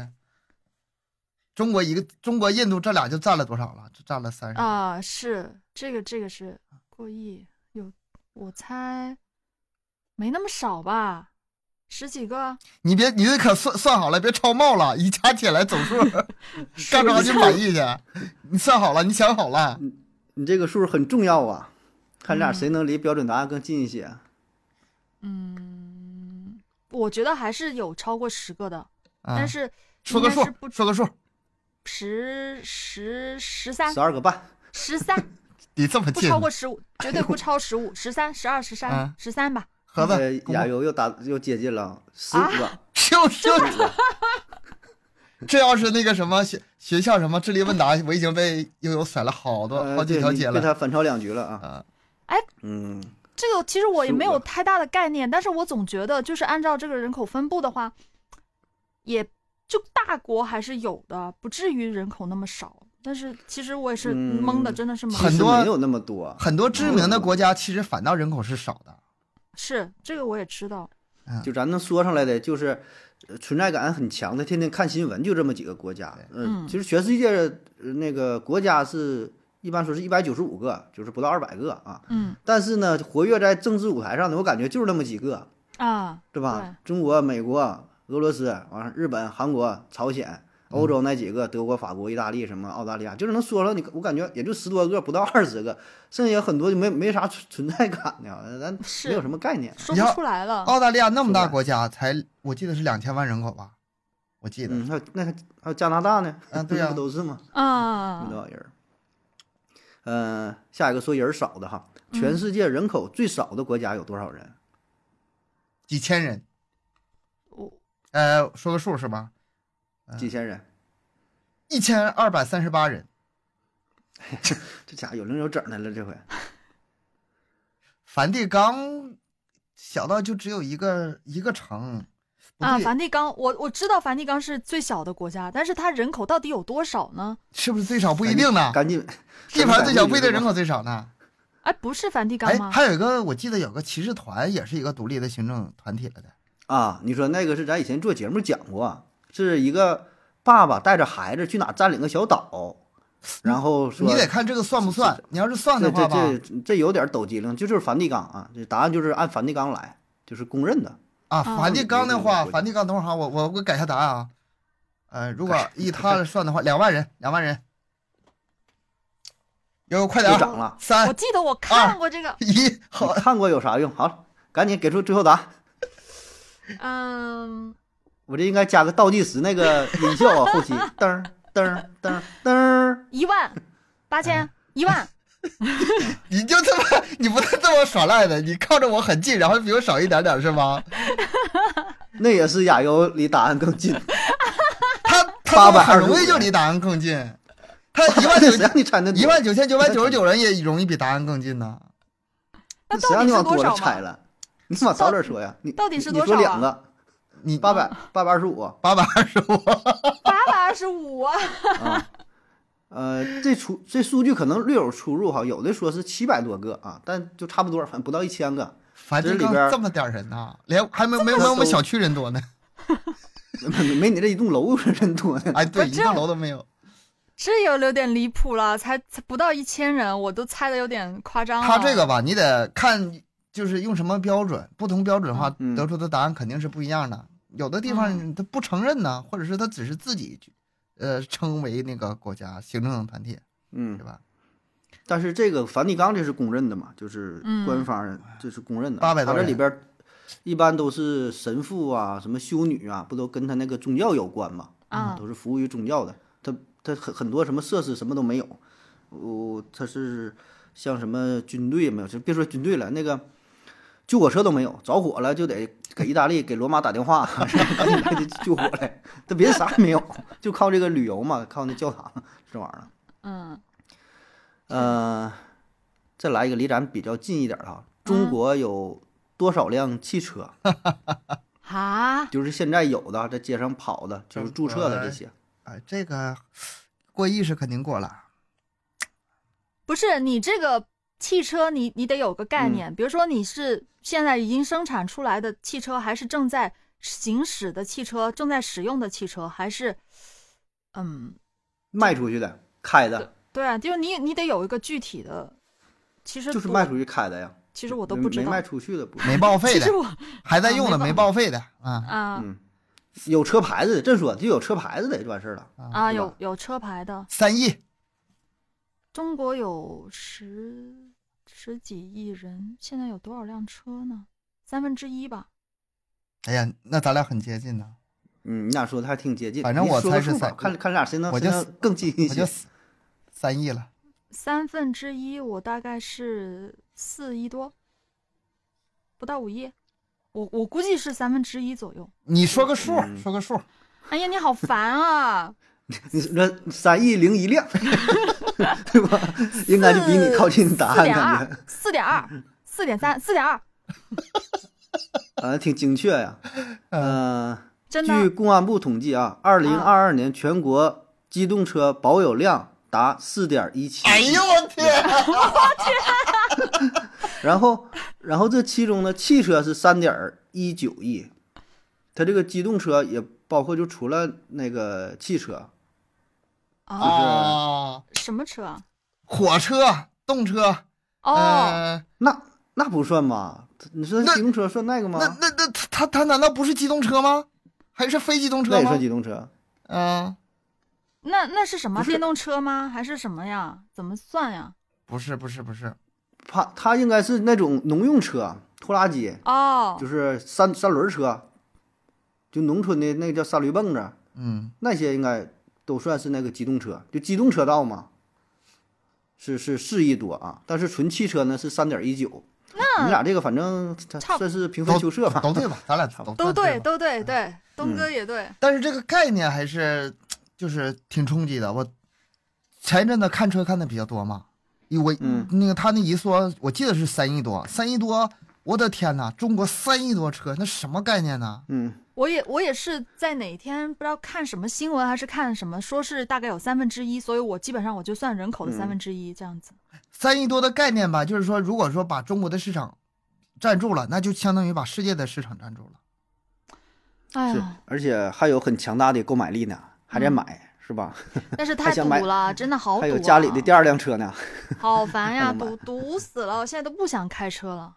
S2: 中国一个中国、印度这俩就占了多少了？这占了三十、
S3: 啊，是这个，这个是过亿，有我猜没那么少吧，十几个，
S2: 你别，你这可算算好了，别超帽了， [laughs] 一加起来总数，
S1: [laughs] 啊
S2: 干着急满意去。你算好了，你想好了，
S1: 嗯你这个数很重要啊，看俩
S3: 嗯
S1: 谁能离标准答案更近一些。
S3: 嗯，我觉得还是有超过十个的，
S2: 啊、
S3: 但是
S2: 说个
S3: 应该
S2: 数
S3: 是不，
S2: 说个数，
S3: 十十十三
S1: 十二个半，
S3: 十三
S2: 你这么
S3: 不
S2: 近，
S3: 超过十五，绝对不超十五，十三十二十
S2: 啊
S3: 三十三吧，
S2: 盒子
S1: 呃，
S2: 公
S1: 亚
S2: 布
S1: 优又答又接近了，十
S3: 啊
S1: 五个，
S2: 就 [laughs] 就这要是那个什么学学校什么智力问答，我已经被悠悠甩了好多
S1: 呃
S2: 好几
S1: 对
S2: 条
S1: 你
S2: 街
S1: 被
S2: 了。
S1: 他反超两局了啊。
S2: 啊，
S1: 嗯，
S3: 这个其实我也没
S1: 15
S3: 有
S1: 个
S3: 太大的概念，但是我总觉得就是按照这个人口分布的话，也就大国还是有的，不至于人口那么少。但是其实我也是
S1: 嗯
S3: 懵的，真的是懵
S1: 其
S3: 的。
S2: 很
S1: 实
S2: 多
S1: 没有那么多，
S2: 很多知名的
S1: 嗯
S2: 国家其实反倒人口是少的。
S3: 是这个我也知道，
S1: 就咱能说上来的，就是呃存在感很强的，天天看新闻，就这么几个国家。嗯，
S3: 嗯
S1: 其实全世界呃那个国家是一般说是一百九十五个，就是不到二百个啊。
S3: 嗯
S1: 但是呢，活跃在政治舞台上的，我感觉就是那么几个，
S3: 啊，
S1: 对吧？中国、美国、俄罗斯，完了日本、韩国、朝鲜、
S3: 嗯
S1: 欧洲那几个，德国、法国、意大利什么澳大利亚，就是能说了你，我感觉也就十多个，不到二十个，剩下很多就没没啥存存在感的，咱
S3: 是
S1: 没有什么哦概念。
S3: 说
S2: 你
S3: 不
S2: 要
S3: 出来了。
S2: 澳大利亚那么
S1: 是
S2: 大
S1: 吧
S2: 国家，才我记得是两千万人口吧，我记得。
S1: 嗯，还有那还还有加拿大呢，
S2: 啊对
S1: [laughs]
S2: 呀
S1: 不都是吗？那么多
S3: 啊，
S1: 少人儿？呃，下一个说人儿少的哈，全世界人口最少的国家有多少人？
S2: 几千人，
S3: 我
S2: 呃，说个数是吧？嗯
S1: 几千人？
S2: 一千二百三十八人，
S1: 这家伙有零有整的了，这回
S2: 梵蒂冈小到就只有一个一个城，不
S3: 啊，
S2: 对
S3: 梵蒂冈，我我知道梵蒂冈是最小的国家，但是它人口到底有多少呢？
S2: 是不是最少不一定呢？
S1: 赶
S2: [laughs]
S1: 紧
S2: 地盘最小不一
S1: 贵
S2: 定
S1: 的
S2: 人口最少呢。
S3: 哎，不是梵蒂冈
S2: 哎，
S3: 吗？
S2: 还有一个我记得有个骑士团，也是一个独立的行政团体了的。
S1: 啊！你说那个是咱以前做节目讲过，啊是一个爸爸带着孩子去哪占领个小岛，然后说
S2: 你得看这个算不算？你要是算的话吧，
S1: 这这这这有点抖机灵，就就是梵蒂冈啊，这答案就是按梵蒂冈来，就是公认的。
S2: 啊，
S3: 啊
S2: 梵蒂冈的话，
S1: 嗯
S2: 梵蒂冈等会儿哈，我我我改一下答案啊。呃，如果以他算的话，两万人，两万人。哟，快点
S1: 又
S2: 儿，
S1: 涨了，
S3: 我
S2: 三
S3: 记
S1: 啊
S3: 得我看过这个，
S2: 一，
S1: 你
S2: 好，
S1: 看过有啥用？好了，赶紧给出最后答案。
S3: 嗯，
S1: 我这应该加个倒计时那
S3: [laughs]
S1: 个音效啊，后期噔儿噔儿噔儿噔儿。
S3: 一万八千，
S1: 哎
S3: 一万，
S2: 你就这么，你不能这么耍赖的，你靠着我很近，然后比我少一点点是吗？
S1: 那也是亚优离答案更近， [laughs]
S2: 他他这么
S1: 825
S2: 很容易就离答案更近，他一
S1: [laughs]
S2: 万
S1: 谁
S2: 九
S1: 让你猜的
S2: 一万九千九百九十九人也容易比答案更近呢。
S3: 那
S1: 谁
S3: 到
S1: 让
S3: 底
S1: 你
S3: 是
S1: 往
S3: 多
S1: 多
S3: 少
S1: 了
S3: 嘛
S1: 猜？了？你往少点说呀！你
S3: 到底是
S1: 你
S3: 多
S1: 你说
S3: 少啊
S1: 两个，
S2: 你
S1: 八百八百二十五
S2: 八百二十五，
S3: 八百二十五啊！
S1: 啊。呃，这出这数据可能略有出入哈，有的说是七百多个啊，但就差不多，反正不到一千个，
S2: 梵蒂
S1: 这里
S2: 冈
S1: 边
S2: 这么点儿人呐、连还没没
S1: 这
S2: 有
S1: 么
S2: 没有我们
S1: 搜
S2: 小区人多呢。
S1: 没没你这一栋楼人多呢。
S2: 哎，对，
S3: 不
S2: 一
S3: 是
S2: 个楼都没有。
S3: [laughs] 这有有点离谱了，才才不到一千人，我都猜的有点夸张了。
S2: 他这个吧，你得看就是用什么标准，不同标准的话、
S1: 嗯
S2: 得出的答案肯定是不一样的。有的地
S3: 哦
S2: 方他不承认呢，或者是他只是自己去呃称为那个国家行政团体，
S1: 嗯
S2: 对，吧？
S1: 但是这个梵蒂冈这是公认的嘛，就是
S3: 嗯
S1: 官方人这是公认的。
S2: 800
S1: 它
S2: 多
S1: 这
S2: 人
S1: 里边儿一般都是神父啊、什么修女啊，不都跟他那个宗教有关嘛？
S3: 啊
S1: 都是服务于宗教的。他他很很多什么设施什么都没有，我、他是像什么军队没有，就别说军队了，那个救火车都没有，着火了就得给意大利给罗马打电话，啊赶紧 [laughs] 来救火来。他别的啥也没有，就靠这个旅游嘛，靠那教堂这玩意儿。
S3: 嗯，
S1: 呃，再来一个离咱比较近一点儿哈，
S3: 嗯
S1: 中国有多少辆汽车？
S3: 啊，
S1: 就是现在有的在街上跑的，就是
S3: 嗯
S1: 注册的这些。
S3: 哦
S2: 哎，这个过亿是肯定过了。
S3: 不是你这个汽车你，你得有个概念，
S1: 嗯
S3: 比如说你是现在已经生产出来的汽车，还是正在行驶的汽车，正在使用的汽车，还是嗯，
S1: 卖出去的、开的，
S3: 对啊，就是你你得有一个具体的。其实
S1: 就是
S3: 我
S1: 卖出去开的呀。
S3: 其实我都
S1: 没
S3: 不知
S1: 没
S3: 道
S1: 卖。出去的不是。
S2: 没报废
S3: 其
S2: 的
S3: 实，我
S2: 还在用的，
S3: 啊没
S2: 没
S3: 报
S2: 报废的啊
S3: 啊
S1: 嗯，有车牌子的，这说就有车牌子的就完事儿了。
S3: 啊，
S1: 是吧
S3: 有有车牌的，
S2: 三亿
S3: 中国有十十几亿人，现在有多少辆车呢？三分之一吧。
S2: 哎呀，那咱俩很接近呢。
S1: 嗯，你俩说的还挺接近。
S2: 反正
S1: 你
S2: 我
S1: 说个
S2: 猜是
S1: 数吧
S2: 三
S1: 看看俩谁能
S2: 我
S1: 谁
S2: 就
S1: 能更近一
S2: 我就
S1: 些。
S2: 死三亿了，
S3: 三分之一，我大概是四亿多，不到五亿，我我估计是三分之一左右。
S2: 你说个数，
S1: 嗯
S2: 说个数，
S3: 哎呀，你好烦啊！
S1: 你说三亿零一
S3: [laughs]
S1: 辆，对吧？ [laughs] 应该就比你靠近答
S3: 四
S1: 案
S3: 点
S1: 感
S3: 二
S1: 觉，，
S3: 四点二，
S1: [laughs]
S3: 四点三，四点二，
S1: 啊，挺精确呀。嗯。
S3: 真
S1: 据
S3: 的
S1: 公安部统计啊，二零二二年全国机动车保有量达四点一七，
S2: 哎呦我天！
S1: 然后，然后这其中呢，汽车是三点一九亿，它这个机动车也包括，就除了那个汽车，
S3: 啊？
S2: 啊，
S3: 什么车啊？
S2: 火车、动车，
S3: 哦，
S2: 呃，
S1: 那那不算吧？你说
S2: 那
S1: 机动车算那个吗
S2: 那？那那它它它难道不是机动车吗？还是非机动
S1: 那
S2: 车
S1: 也
S2: 吗
S1: 算？机动车，
S2: 啊，
S3: 那那是什么
S1: 不是
S3: 电动车吗？还是什么呀？怎么算呀？
S2: 不是不是不是，
S1: 它它应该是那种农用车，拖拉机，
S3: 哦，
S1: 就是三三轮车，就农村的那个叫三驴蹦子，
S2: 嗯，
S1: 那些应该都算是那个机动车，就机动车道嘛，是是四亿多啊，但是纯汽车呢是三点一九。你俩这个反正它
S3: 差不
S1: 算是平分
S2: 都
S1: 秋色吧，
S2: 都 [laughs] 对吧？咱俩都
S3: 都
S2: 对
S3: 对，
S2: 吧，
S3: 都
S1: 嗯
S3: 对，对，东哥也对。
S2: 但是这个概念还是就是挺冲击的。我前一阵子看车看的比较多嘛，我、
S1: 嗯
S2: 那个他那一说，我记得是三亿多，三亿多，我的天呐，中国三亿多车，那什么概念呢？
S1: 嗯，
S3: 我也我也是在哪天不知道看什么新闻还是看什么，说是大概有三分之一，所以我基本上我就算人口的
S1: 嗯
S3: 三分之一这样子。
S2: 三亿多的概念吧，就是说，如果说把中国的市场占住了，那就相当于把世界的市场占住了。
S3: 哎
S1: 是
S3: 呀，，
S1: 而且还有很强大的购买力呢，还在
S3: 嗯
S1: 买是吧？[laughs]
S3: 但是太
S1: 还想买
S3: 堵了，真的好堵、啊。
S1: 还有家里
S3: [laughs]
S1: 的第二辆车呢，
S3: 好烦呀，
S1: 还能买
S3: 堵堵死了，我现在都不想开车了。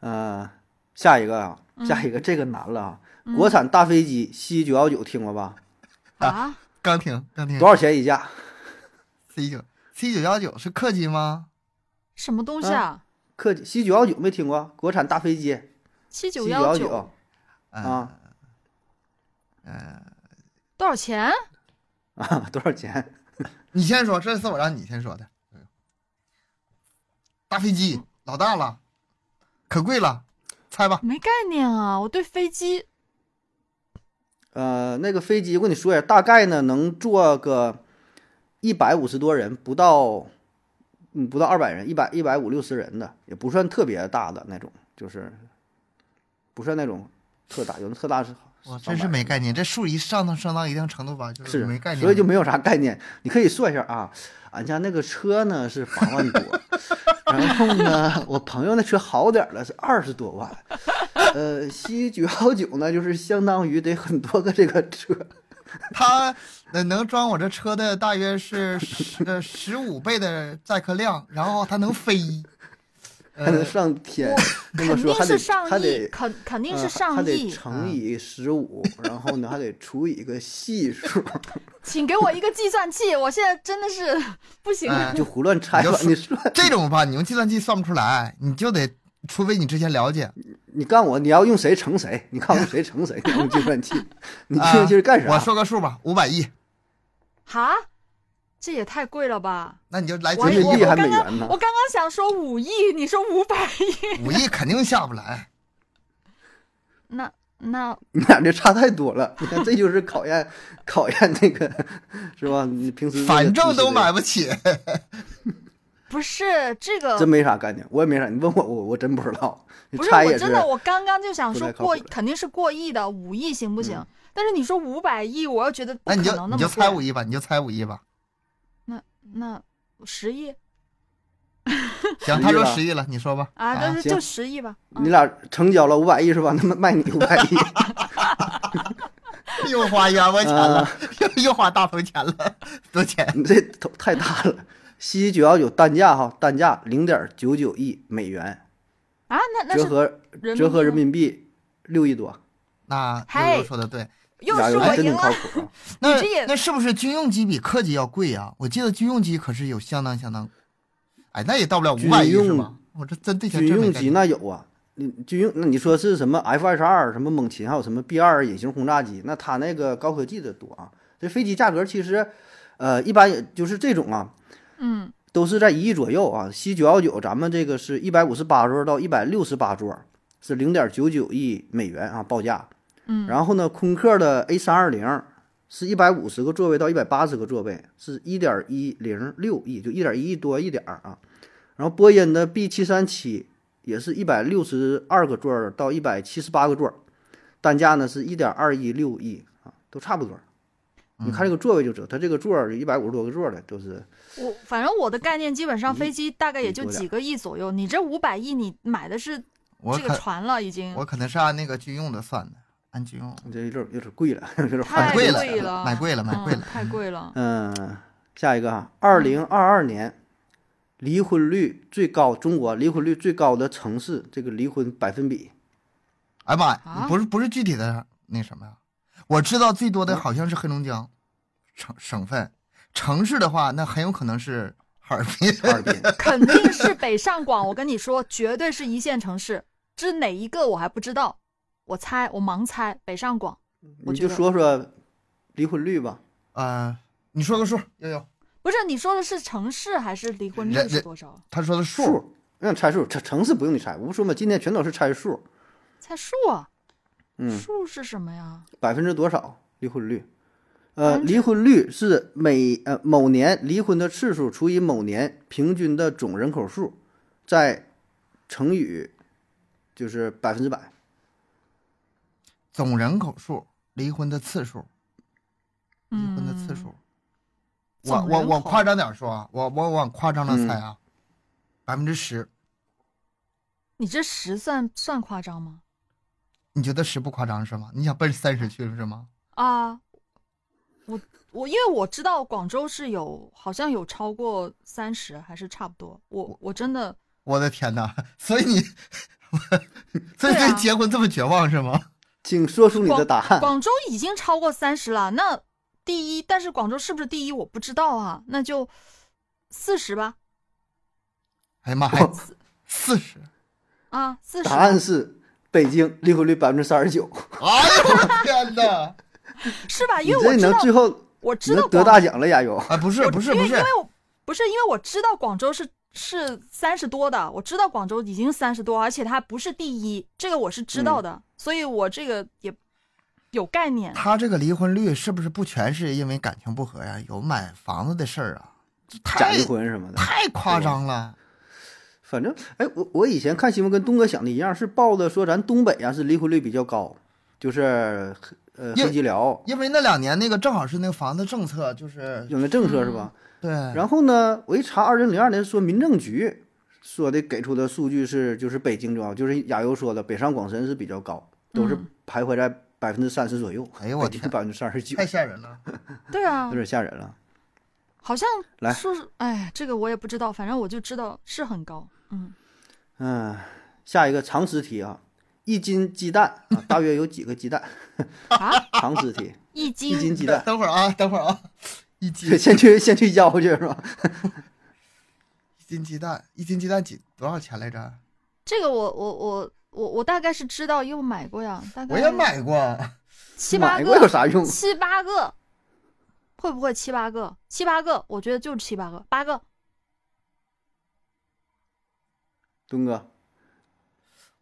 S1: 呃，下一个啊，
S3: 嗯
S1: 下一个这个难了啊，国产大飞机 C 九幺九听过吧？
S3: 啊，
S2: 刚停，刚停
S1: 多少钱一架？
S2: ，C 九 C 九幺九是客机吗？
S3: 什么东西啊？
S1: 客 C 九幺九没听过？国产大飞机
S3: 七九
S1: C 幺
S3: 幺
S1: 九
S3: 九
S2: 嗯、
S1: 啊
S3: 多少钱？
S1: 啊， [laughs] 多少钱？
S2: 你先说，这次我让你先说的。大飞机老大了，可贵了，猜吧。
S3: 没概念啊，我对飞机
S1: 呃，那个飞机我跟你说一下，大概呢能坐个一百五十多人，不到，嗯，不到二百人，一百一百五六十人的，也不算特别大的那种，就是不算那种特大，有的特大是
S2: 我
S1: 上
S2: 真是
S1: 百
S2: 没概念，这数一上到升到一定程度吧，就是
S1: 是
S2: 没概念，
S1: 所以就没有啥概念。你可以算一下啊，俺家那个车呢是八万多，
S2: [laughs]
S1: 然后呢，我朋友那车好点儿了是二十多万，呃，西九幺九呢就是相当于得很多个这个车，
S2: 它呃能装我这车的大约是十呃十五倍的载客量，然后它能飞，
S1: 还能
S2: 呃，
S1: 上天。那么
S3: 肯
S1: 说
S3: 定
S1: 还
S3: 是
S1: 得
S3: 上
S1: 还
S3: 亿，
S1: 得。
S3: 肯肯定
S1: 呃
S3: 是
S1: 还
S3: 上
S1: 得
S3: 亿。
S2: 嗯
S1: 乘以十五，然后呢还得除以一个系数，
S3: 请给我一个计算器，我现在真的是 [laughs] 不行了。
S2: 哎
S1: 就胡乱猜吧。你算，
S2: 这种吧，你用计算器算不出来，你就得除非你之前了解。
S1: 你告诉我你要用谁乘谁，你看我用谁乘谁，你用计算
S2: [laughs]
S1: 器，你这
S2: 啊
S1: 这是干啥？
S2: 我说个数吧，五百亿，
S3: 哈，这也太贵了吧！
S2: 那你就来
S3: 我
S1: 这
S2: 决
S1: 是
S3: 我
S1: 亿还
S3: 我刚
S1: 美
S3: 刚
S1: 元呢
S3: 我刚刚想说五亿，你说五百亿，
S2: 五亿肯定下
S1: [laughs]
S2: 不来。
S3: [laughs] 那那
S1: 你俩这差太多了，你看这就是考验考验那个是吧？你平时
S2: 反正都买
S1: 不，
S2: 不起，
S3: 不是这个
S1: 真，没啥概念，我也没啥。你问我，我我真不知道。你
S3: 不是
S1: 猜
S3: 我
S1: 也
S3: 真的，我刚刚就想
S1: 不
S3: 说
S1: 太靠
S3: 过
S1: 谱，的嗯
S3: 肯定是过亿的，五亿行不行？但是你说五百亿，我又觉得不
S2: [laughs] 那
S3: 可
S2: 你就
S3: 能那
S2: 你就
S3: 么
S2: 猜五
S3: 贵。
S2: 亿吧，你就猜五亿吧。
S3: 那那十亿
S2: 行，
S1: 十
S2: 他
S1: 亿
S2: 说
S1: 吧
S2: 十亿了，你说吧。
S3: 啊，但是
S1: 行
S3: 就十亿吧。啊
S1: 你俩成交了五百亿是吧？那么卖你五百
S3: [laughs]
S1: 亿，
S2: [laughs] 又花冤枉钱了
S1: 啊，
S2: [laughs] 又又花大头钱了，多钱？
S1: [laughs] 你这头太大了。西九幺九单价哈，单价零点九九亿美元，
S3: 啊，那那
S1: 折
S3: 是
S1: 合
S3: 人
S1: 折合人
S3: 民币吗
S1: 民币六亿多，
S2: 那
S3: 嗨
S2: 悠悠说的对，
S3: 又
S1: 俩
S3: 是
S1: 人
S3: 我
S1: 真
S3: 赢
S1: 挺靠
S3: 了。
S1: 谱啊。
S2: 那
S3: 这也
S2: 那是不是军用机比客机要贵啊？我记得军用机可是有相当相当，哎，那也到不了五百亿
S1: 军用
S2: 是吧？我这真对钱
S1: 军
S2: 真没
S1: 用
S2: 概
S1: 机
S2: 念。
S1: 那有啊，你军用那你说是什么 F 二十二、什么猛禽，还有什么 B 二隐形轰炸机，那它那个高科技的多啊。这飞机价格其实，呃，一般也就是这种啊，
S3: 嗯，
S1: 都是在一亿左右啊。C 九幺九咱们这个是一百五十八座到一百六十八座，是零点九九亿美元啊报价。
S3: 嗯
S1: 然后呢，空客的 A 三二零是一百五十个座位到一百八十个座位，是一点一零六亿，就一点一亿多一点儿啊。然后波音的 B 七三七也是一百六十二个座儿到一百七十八个座儿，单价呢是一点二一六亿啊，都差不多。你看这个座位就知道，它这个座儿一百五十多个座儿的，都是
S3: 我反正我的概念基本上
S1: 一
S3: 飞机大概也
S1: 一
S3: 就
S1: 多点
S3: 几个亿左右，你这五百亿你买的是
S2: 我
S3: 这个
S2: 可
S3: 船了已经
S2: 我，可能是按那个军用的算的，按军用
S1: 这有点有点贵了，有 [laughs] 点花
S3: 太
S2: 买贵
S1: 了。
S3: 了，
S2: 买贵了买贵了
S3: 嗯太贵了。
S1: 嗯，下一个哈，二零二二年离婚率最高，中国离婚率最高的城市，这个离婚百分比，
S2: 哎妈
S3: 啊
S2: 呀，不是不是具体的那什么呀？我知道最多的好像是黑龙江，省省份，城市的话，那很有可能是哈尔滨。
S1: 哈尔滨，
S3: 肯定是北上广。我跟你说，绝对是一线城市。至哪一个我还不知道，我猜，我盲猜北上广。我
S1: 你
S3: 觉
S1: 就
S3: 得
S1: 说说离婚率吧。
S2: 啊，你说个数，悠悠，
S3: 不是你说的是城市还是离婚率
S2: 人
S3: 是
S2: 人
S3: 多少？啊
S2: 他说的数，
S1: 数，让你猜数，城城市不用你猜，我不说嘛，今天全都是猜数。
S3: 猜数啊？
S1: 嗯，
S3: 数是什么呀？嗯
S1: 百分之多少离婚率？
S3: 百
S1: 呃，
S3: 分之
S1: 离婚率是每呃某年离婚的次数除以某年平均的总人口数，再乘以就是百分之百。
S2: 总人口数，离婚的次数，离
S3: 嗯
S2: 婚的次数。我
S3: 总
S2: 我
S3: 人
S2: 我
S3: 口嗯
S2: 夸张点说啊，我我往夸张了猜啊，百分之十，
S3: 你这十算算夸张吗？
S2: 你觉得十不夸张是吗？你想奔三十去是吗？
S3: 啊，我我因为我知道广州是有好像有超过三十，还是差不多。我我真的
S2: 我的天哪！所以你， [laughs] 所以
S3: 对啊
S2: 对结婚这么绝望是吗？
S1: 请说出你的答案。
S3: 广州已经超过三十了，那第一，但是广州是不是第一我不知道啊，那就四十吧，
S2: 哎呀妈呀，
S1: 我
S2: 四十！
S3: 啊，四十
S1: 答。案是北京离婚率百分之三十九。
S2: 哎呦我天哪！
S3: 是吧？
S1: 你
S3: 因为哎我
S1: 这
S3: 知
S1: 能
S3: 道，
S1: 最后
S3: 我
S1: 你
S3: 知道
S1: 能得
S3: 广
S1: 大奖了呀？又
S2: 哎，不是
S3: 我
S2: 不是
S3: 因
S2: 不
S3: 为
S2: 是
S3: 因，为我不是因为我知道广州是是三十多的，我知道广州已经三十多，而且它不是第一，这个我是知
S1: 嗯
S3: 道的，所以我这个也有概念。
S2: 他这个离婚率是不是不全是因为感情不和呀？有买房子的事儿啊，这
S1: 假
S2: 太
S1: 离婚什么的。
S2: 太夸张了。
S1: 反正，哎，我我以前看新闻跟东哥想的一样，是报的说咱东北啊是离婚率比较高，就是呃
S2: 因为
S1: 黑吉辽
S2: 因为那两年那个正好是那个房子政策，就是
S1: 有那政策是吧？
S2: 对，
S1: 然后呢，我一查，二零零二年说民政局说的给出的数据是，就是北京主要就是亚优说的，北上广深是比较高，都是
S3: 嗯
S1: 徘徊在百分之三十左右。
S2: 哎呦我天哎
S1: 百分之三十九，
S2: 太吓人了。
S3: 对啊
S1: [laughs] 有，点吓人了。
S3: 好像
S1: 来
S3: 说是哎，这个我也不知道，反正我就知道是
S1: [laughs]
S3: 很高。嗯，
S1: 嗯，下一个常识题啊，一斤鸡蛋啊，大约有几个鸡蛋？
S3: 啊，
S1: 常识题，
S3: 一
S1: 一
S3: 斤
S1: 斤鸡蛋，
S2: [laughs] 等会儿啊，等会儿啊，一斤
S1: 先去先去要去是吧？
S2: 一斤鸡蛋，一斤鸡蛋几多少钱来着？
S3: 嗯这个我我我我我大概是知道，因为我买过呀，大概
S2: 我也买过， [laughs]
S3: 七八
S1: 买过有
S3: 个，
S1: 啥用？
S3: 七八个，会不会七八个？七八个，我觉得就是七八个，八个。
S1: 东哥，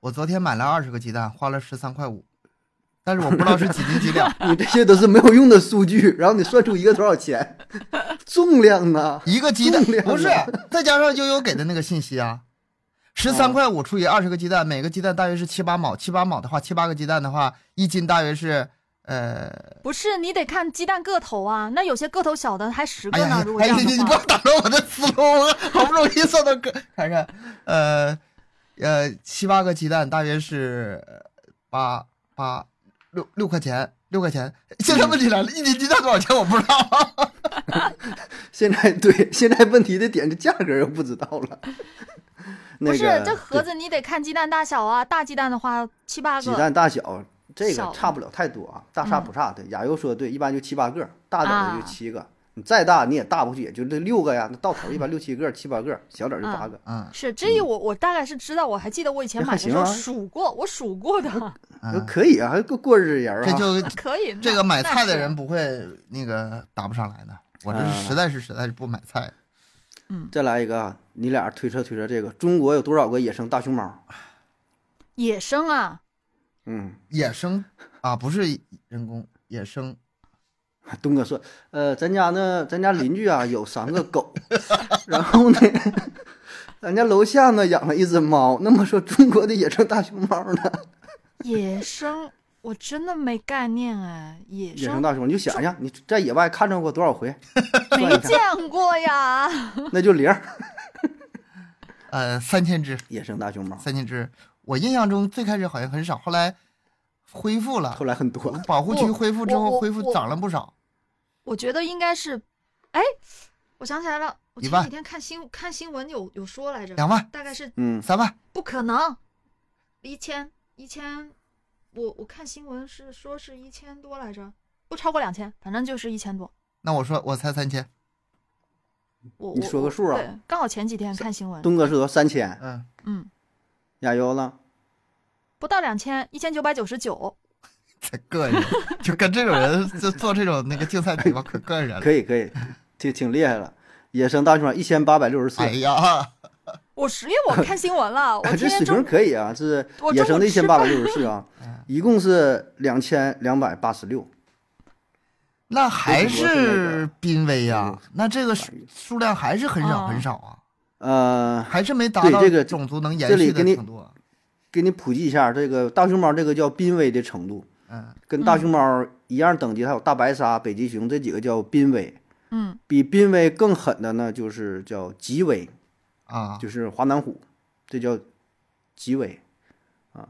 S2: 我昨天买了二十个鸡蛋，花了十三块五，但是我不知道是几斤几两。
S1: 你这些都是没有用的数据，然后你算出一个多少钱， [laughs] 重量啊呢？
S2: 一个鸡蛋
S1: 重量呢
S2: 不是，再加上悠悠给的那个信息啊，十三块五除以二十个鸡蛋，每个鸡蛋大约是七八毛，七八毛的话，七八个鸡蛋的话，一斤大约是呃，
S3: 不是，你得看鸡蛋个头啊。那有些个头小的还十
S2: 哎
S3: 个呢。
S2: 呀
S3: 如，果
S2: 哎
S3: 这
S2: 呀，
S3: 样
S2: 你你
S3: 的
S2: 不
S3: 话
S2: 要，打断我的思路，我好不容易算到个，看看，呃呃，七八个鸡蛋大约是呃八八六六块钱，六块钱。现在问题来了，一斤鸡蛋多少钱？我不知道。
S1: 现在
S3: [laughs]
S1: 对，现在问题的点是价格又不知道了。那个
S3: 不是这盒子，你得看鸡蛋大小啊。大鸡蛋的话，七八
S1: 对鸡
S3: 个
S1: 蛋大小这个
S3: 小嗯
S1: 差不了太多啊，大差不差。对，亚优说的对，一般就七八个，大点儿的
S3: 啊
S1: 就七个，你再大你也大不去，也就这六个呀。那到头一般六七个、七八个，小点儿就八个。
S2: 嗯，
S3: 是这一我我大概是知道，我还记得我以前
S1: 那
S3: 买
S1: 还
S3: 的时候
S1: 行啊
S3: 数过，我数过的，
S1: 那
S2: 嗯
S1: 可以啊，还过过日子人儿
S2: 这
S1: 啊。
S2: 就
S3: 可以。
S2: 这
S3: 那
S2: 个买菜的，
S3: 那
S2: 人
S3: 是
S2: 不会那个答不上来的。我这
S1: 嗯
S2: 是实在是实在是不买菜。
S1: 再来一个啊，你俩推测推测这个，中国有多少个野生大熊猫？
S3: 野生啊，
S1: 嗯，
S2: 野生啊，不是人工野生，
S1: 东哥说，呃，咱家呢，咱家邻居啊有三个狗， [laughs] 然后呢， [laughs] 咱家楼下呢养了一只猫。那么说，中国的野生大熊猫呢？
S3: 野生，我真的没概念哎，野
S1: 野
S3: 生
S1: 生大熊猫，你就想一下，你在野外看着过多少回？算一
S3: [laughs] 没
S1: 下，
S3: 见过呀。
S1: 那就零儿。
S2: 呃，三千只，
S1: 野生大熊猫，
S2: 三千只。我印象中最开始好像很少，后来恢复了
S1: 后，来很多，
S2: 保护区恢复之
S3: 我
S2: 后
S3: 我
S2: 恢复
S3: 我
S2: 涨了不少。
S3: [laughs] 我觉得应该是，哎，我想起来了，我
S2: 一
S3: 前
S2: 万
S3: 几天看新看新闻有有说来着，
S2: 两万
S3: 大概是
S1: 嗯，
S2: 三万，
S3: 不可能，一千一千，我我看新闻是说是一千多来着，不超过两千，反正就是一千多。
S2: 那我说我猜三千，
S3: 我
S1: 你
S3: 我
S1: 说个
S3: 我
S1: 数啊
S3: 对，刚好前几天看新闻，
S1: 东哥说三千，
S2: 嗯，
S3: 嗯，
S1: 亚优呢？
S3: 不到两千，一千九百九十九，
S2: 太
S1: [laughs]
S2: 膈应，就跟这种人就做这种那个竞赛比吧，可膈应人了。
S1: 可以可以，挺挺厉害了。野生大熊一千八百六十四
S2: 哎，呀，
S3: 我十月我看新
S1: [laughs]
S3: 闻了，我
S1: 这
S3: 天天
S1: 水平
S3: 中
S1: 可以啊，是
S3: 我
S1: 野
S3: 中
S1: 生
S3: 午
S1: 的一
S3: 吃
S1: 千八百六十四
S3: [laughs]
S1: 啊
S2: 嗯，
S1: 一共是两千两百八十六。
S2: 那还
S1: 微博是那
S2: 是
S1: 个
S2: 濒危呀
S1: 嗯，
S2: 那这个数数量还是很少
S3: 哦
S2: 很少啊，
S1: 呃，
S2: 还是没达
S1: 对
S2: 到
S1: 这个
S2: 种族能延
S1: 这里
S2: 续
S1: 给
S2: 的
S1: 你
S2: 程度啊。
S1: 给你普及一下，这个大熊猫这个叫濒危的程度，
S2: 嗯，
S1: 跟大
S3: 嗯
S1: 熊猫一样等级，还有大白鲨、北极熊这几个叫濒危。
S3: 嗯
S1: 比濒危更狠的呢，就是叫极危，
S2: 啊，
S1: 就是华南虎，这叫极危啊。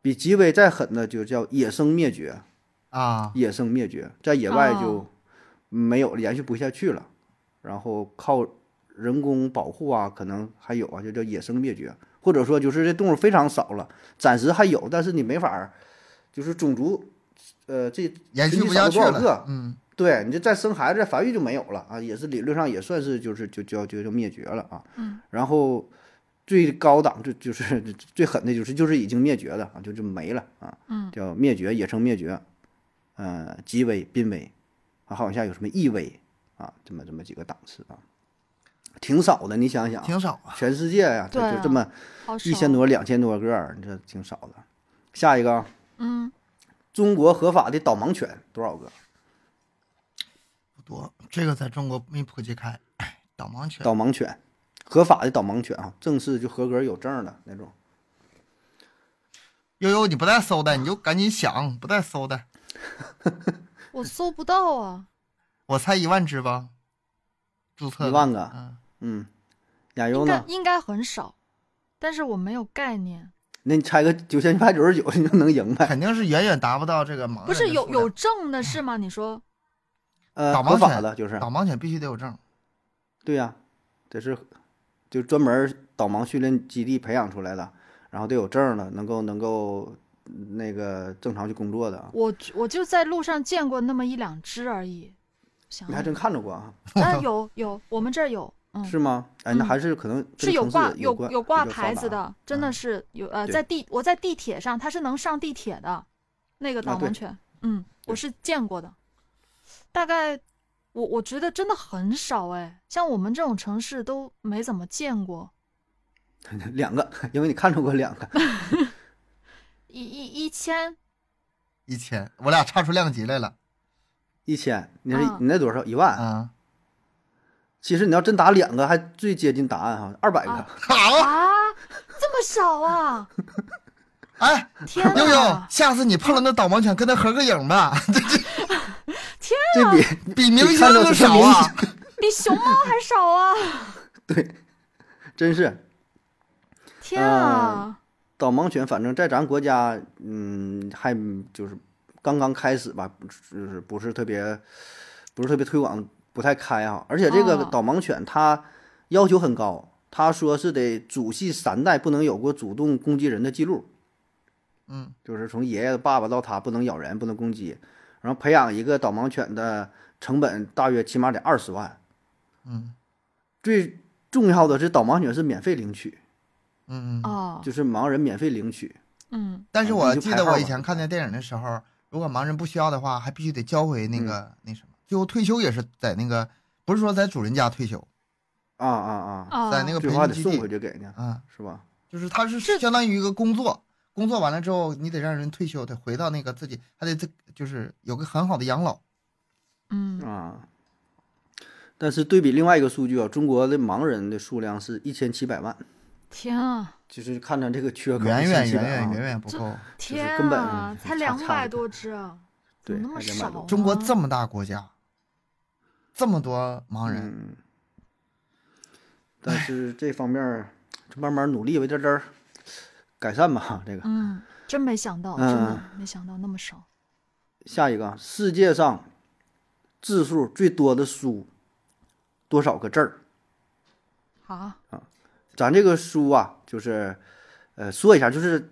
S1: 比极危再狠的就叫野生灭绝，
S2: 啊，
S1: 野生灭绝，在野外就
S3: 哦
S1: 没有了，延续不下去了。然后靠人工保护啊，可能还有啊，就叫野生灭绝，或者说就是这动物非常少了，暂时还有，但是你没法儿，就是种族，呃，这
S2: 延续
S1: 群体
S2: 不
S1: 少了
S2: 下去
S1: 多少
S2: 了
S1: 个。
S2: 嗯，
S1: 对你这再生孩子、再繁育就没有了啊，也是理论上也算是就是就就就就灭绝了啊。
S3: 嗯，
S1: 然后最高档就就是最狠的就是就是已经灭绝的啊，就就没了啊。
S3: 嗯，
S1: 叫灭绝、野生灭绝，呃，极危、濒危，啊，还往下有什么易危啊，这么这么几个档次啊，挺少的。你想想啊，
S2: 挺少啊。
S1: 全世界呀、就
S3: 对
S1: 就
S3: 啊
S1: 这么
S3: 好少，
S1: 一千，多、两千多个儿，你这挺少的。下一个啊，
S3: 嗯，
S1: 中国合法的导盲犬多少个？
S2: 不多，这个在中国没普及开。哎导盲犬
S1: 导盲犬，合法的导盲犬啊，正式就合格有证儿的那种。
S2: 悠悠，你不带搜的，你就赶紧想，不带搜的。
S3: 我搜不到啊，
S2: 我猜一万只吧，注册的
S1: 一万个
S2: 嗯，
S1: 嗯，亚
S3: 应
S1: 优
S3: 该
S1: 呢？
S3: 应该很少，但是我没有概念，
S1: 那你猜个九千一百九十九，你就能赢呗？
S2: 肯定是远远达不到这个盲
S1: 啊
S2: 人的
S3: 不是有
S2: 数量
S3: 有证的是吗？你说
S1: 呃，
S2: 导盲
S1: 合法
S2: 犬
S1: 的就是，
S2: 导盲犬必须得有证。
S1: 对呀、这是就专门导盲训练基地培养出来的，然后得有证儿的，能够能够嗯那个正常去工作的啊。
S3: 我我就在路上见过那么一两只而已，想
S1: 你还真看着过啊？ [laughs]
S3: 啊有有，我们这儿有，嗯，
S1: 是吗？哎，那
S3: 嗯
S1: 还是可能
S3: 是
S1: 跟
S3: 有
S1: 城市
S3: 挂
S1: 有
S3: 有
S1: 有
S3: 挂牌
S1: 比
S3: 子，
S1: 较发达
S3: 的，真的是有呃，
S1: 对
S3: 在地我在地铁上，它是能上地铁的，那个导
S1: 啊对
S3: 盲犬，嗯，我
S1: 对
S3: 是见过的。大概我我觉得真的很少哎，像我们这种城市都没怎么见过，
S1: [laughs] 两个， [laughs] 因为你看着过两个。
S3: 一一一千
S2: [laughs] 一千，我俩差出量级来了
S1: 一千，你是
S3: 啊
S1: 你那多少？一万。
S2: 啊！
S1: 其实你要真打两个，还最接近答案哈，二百个
S3: 啊。
S2: 好，
S3: 啊，这么
S1: [laughs]
S3: 少啊！
S2: 哎，
S3: 天
S2: 悠悠
S3: 哪，，
S2: 下次你碰了那导盲犬，跟他合个影
S1: [laughs]
S2: 吧，
S1: 这比 [laughs]
S2: 比明星
S1: 看着
S2: 都少啊！
S3: [laughs] 比熊猫还少啊！
S1: 对，真是
S3: 天啊，
S1: 导盲犬，反正在咱国家，嗯，还就是刚刚开始吧，就是不是特别，不是特别推广，不太开哈。而且这个
S3: 哦
S1: 导盲犬它要求很高，他说是得祖系三代不能有过主动攻击人的记录，
S2: 嗯，
S1: 就是从爷爷、爸爸到他不能咬人，不能攻击。然后培养一个导盲犬的成本大约起码得二十万，
S2: 嗯
S1: 最重要的是导盲犬是免费领取，
S2: 嗯嗯。
S3: 哦，
S1: 就是盲人免费领取。
S3: 嗯，
S2: 但是
S1: 啊
S2: 我
S1: 你就
S2: 记
S1: 排
S2: 得
S1: 号
S2: 我以
S1: 吧
S2: 前看那电影的时候，如果盲人不需要的话，还必须得交回那个
S1: 嗯
S2: 那什么，最后退休也是在那个，不是说在主人家退休，
S1: 啊啊啊！
S3: 哦
S2: 在那个
S1: 最
S2: 培
S1: 后还得
S2: 训基
S1: 送回去
S2: 地
S1: 给呢，
S2: 啊，
S1: 是吧？
S2: 就是他是
S3: 这
S2: 相当于一个工作，工作完了之后，你得让人退休，得回到那个自己，还得这就是有个很好的养老。
S3: 嗯，
S1: 啊。但是对比另外一个数据啊，中国的盲人的数量是一千七百万，
S3: 天啊，
S1: 就是看咱这个缺口，
S2: 远远远
S1: 1700万
S2: 远
S1: 啊
S2: 远远不够。
S1: 就是
S3: 天
S1: 根本
S3: 啊，才
S1: 差
S3: 两
S1: 差
S3: 百
S1: 得
S3: 多只啊，怎
S1: 对，
S3: 么那么
S1: 还
S3: 少
S1: 200
S3: 啊
S1: 多？
S2: 中国这么大国家，这么多盲人，
S1: 嗯。但是这方面儿就慢慢努力吧，这这儿改善吧。这个
S3: 嗯，真没想到，真的没想到那么少。
S1: 下一个啊，世界上字数最多的书多少个字儿？
S3: 啊，
S1: 咱这个书啊，就是，呃，说一下，就是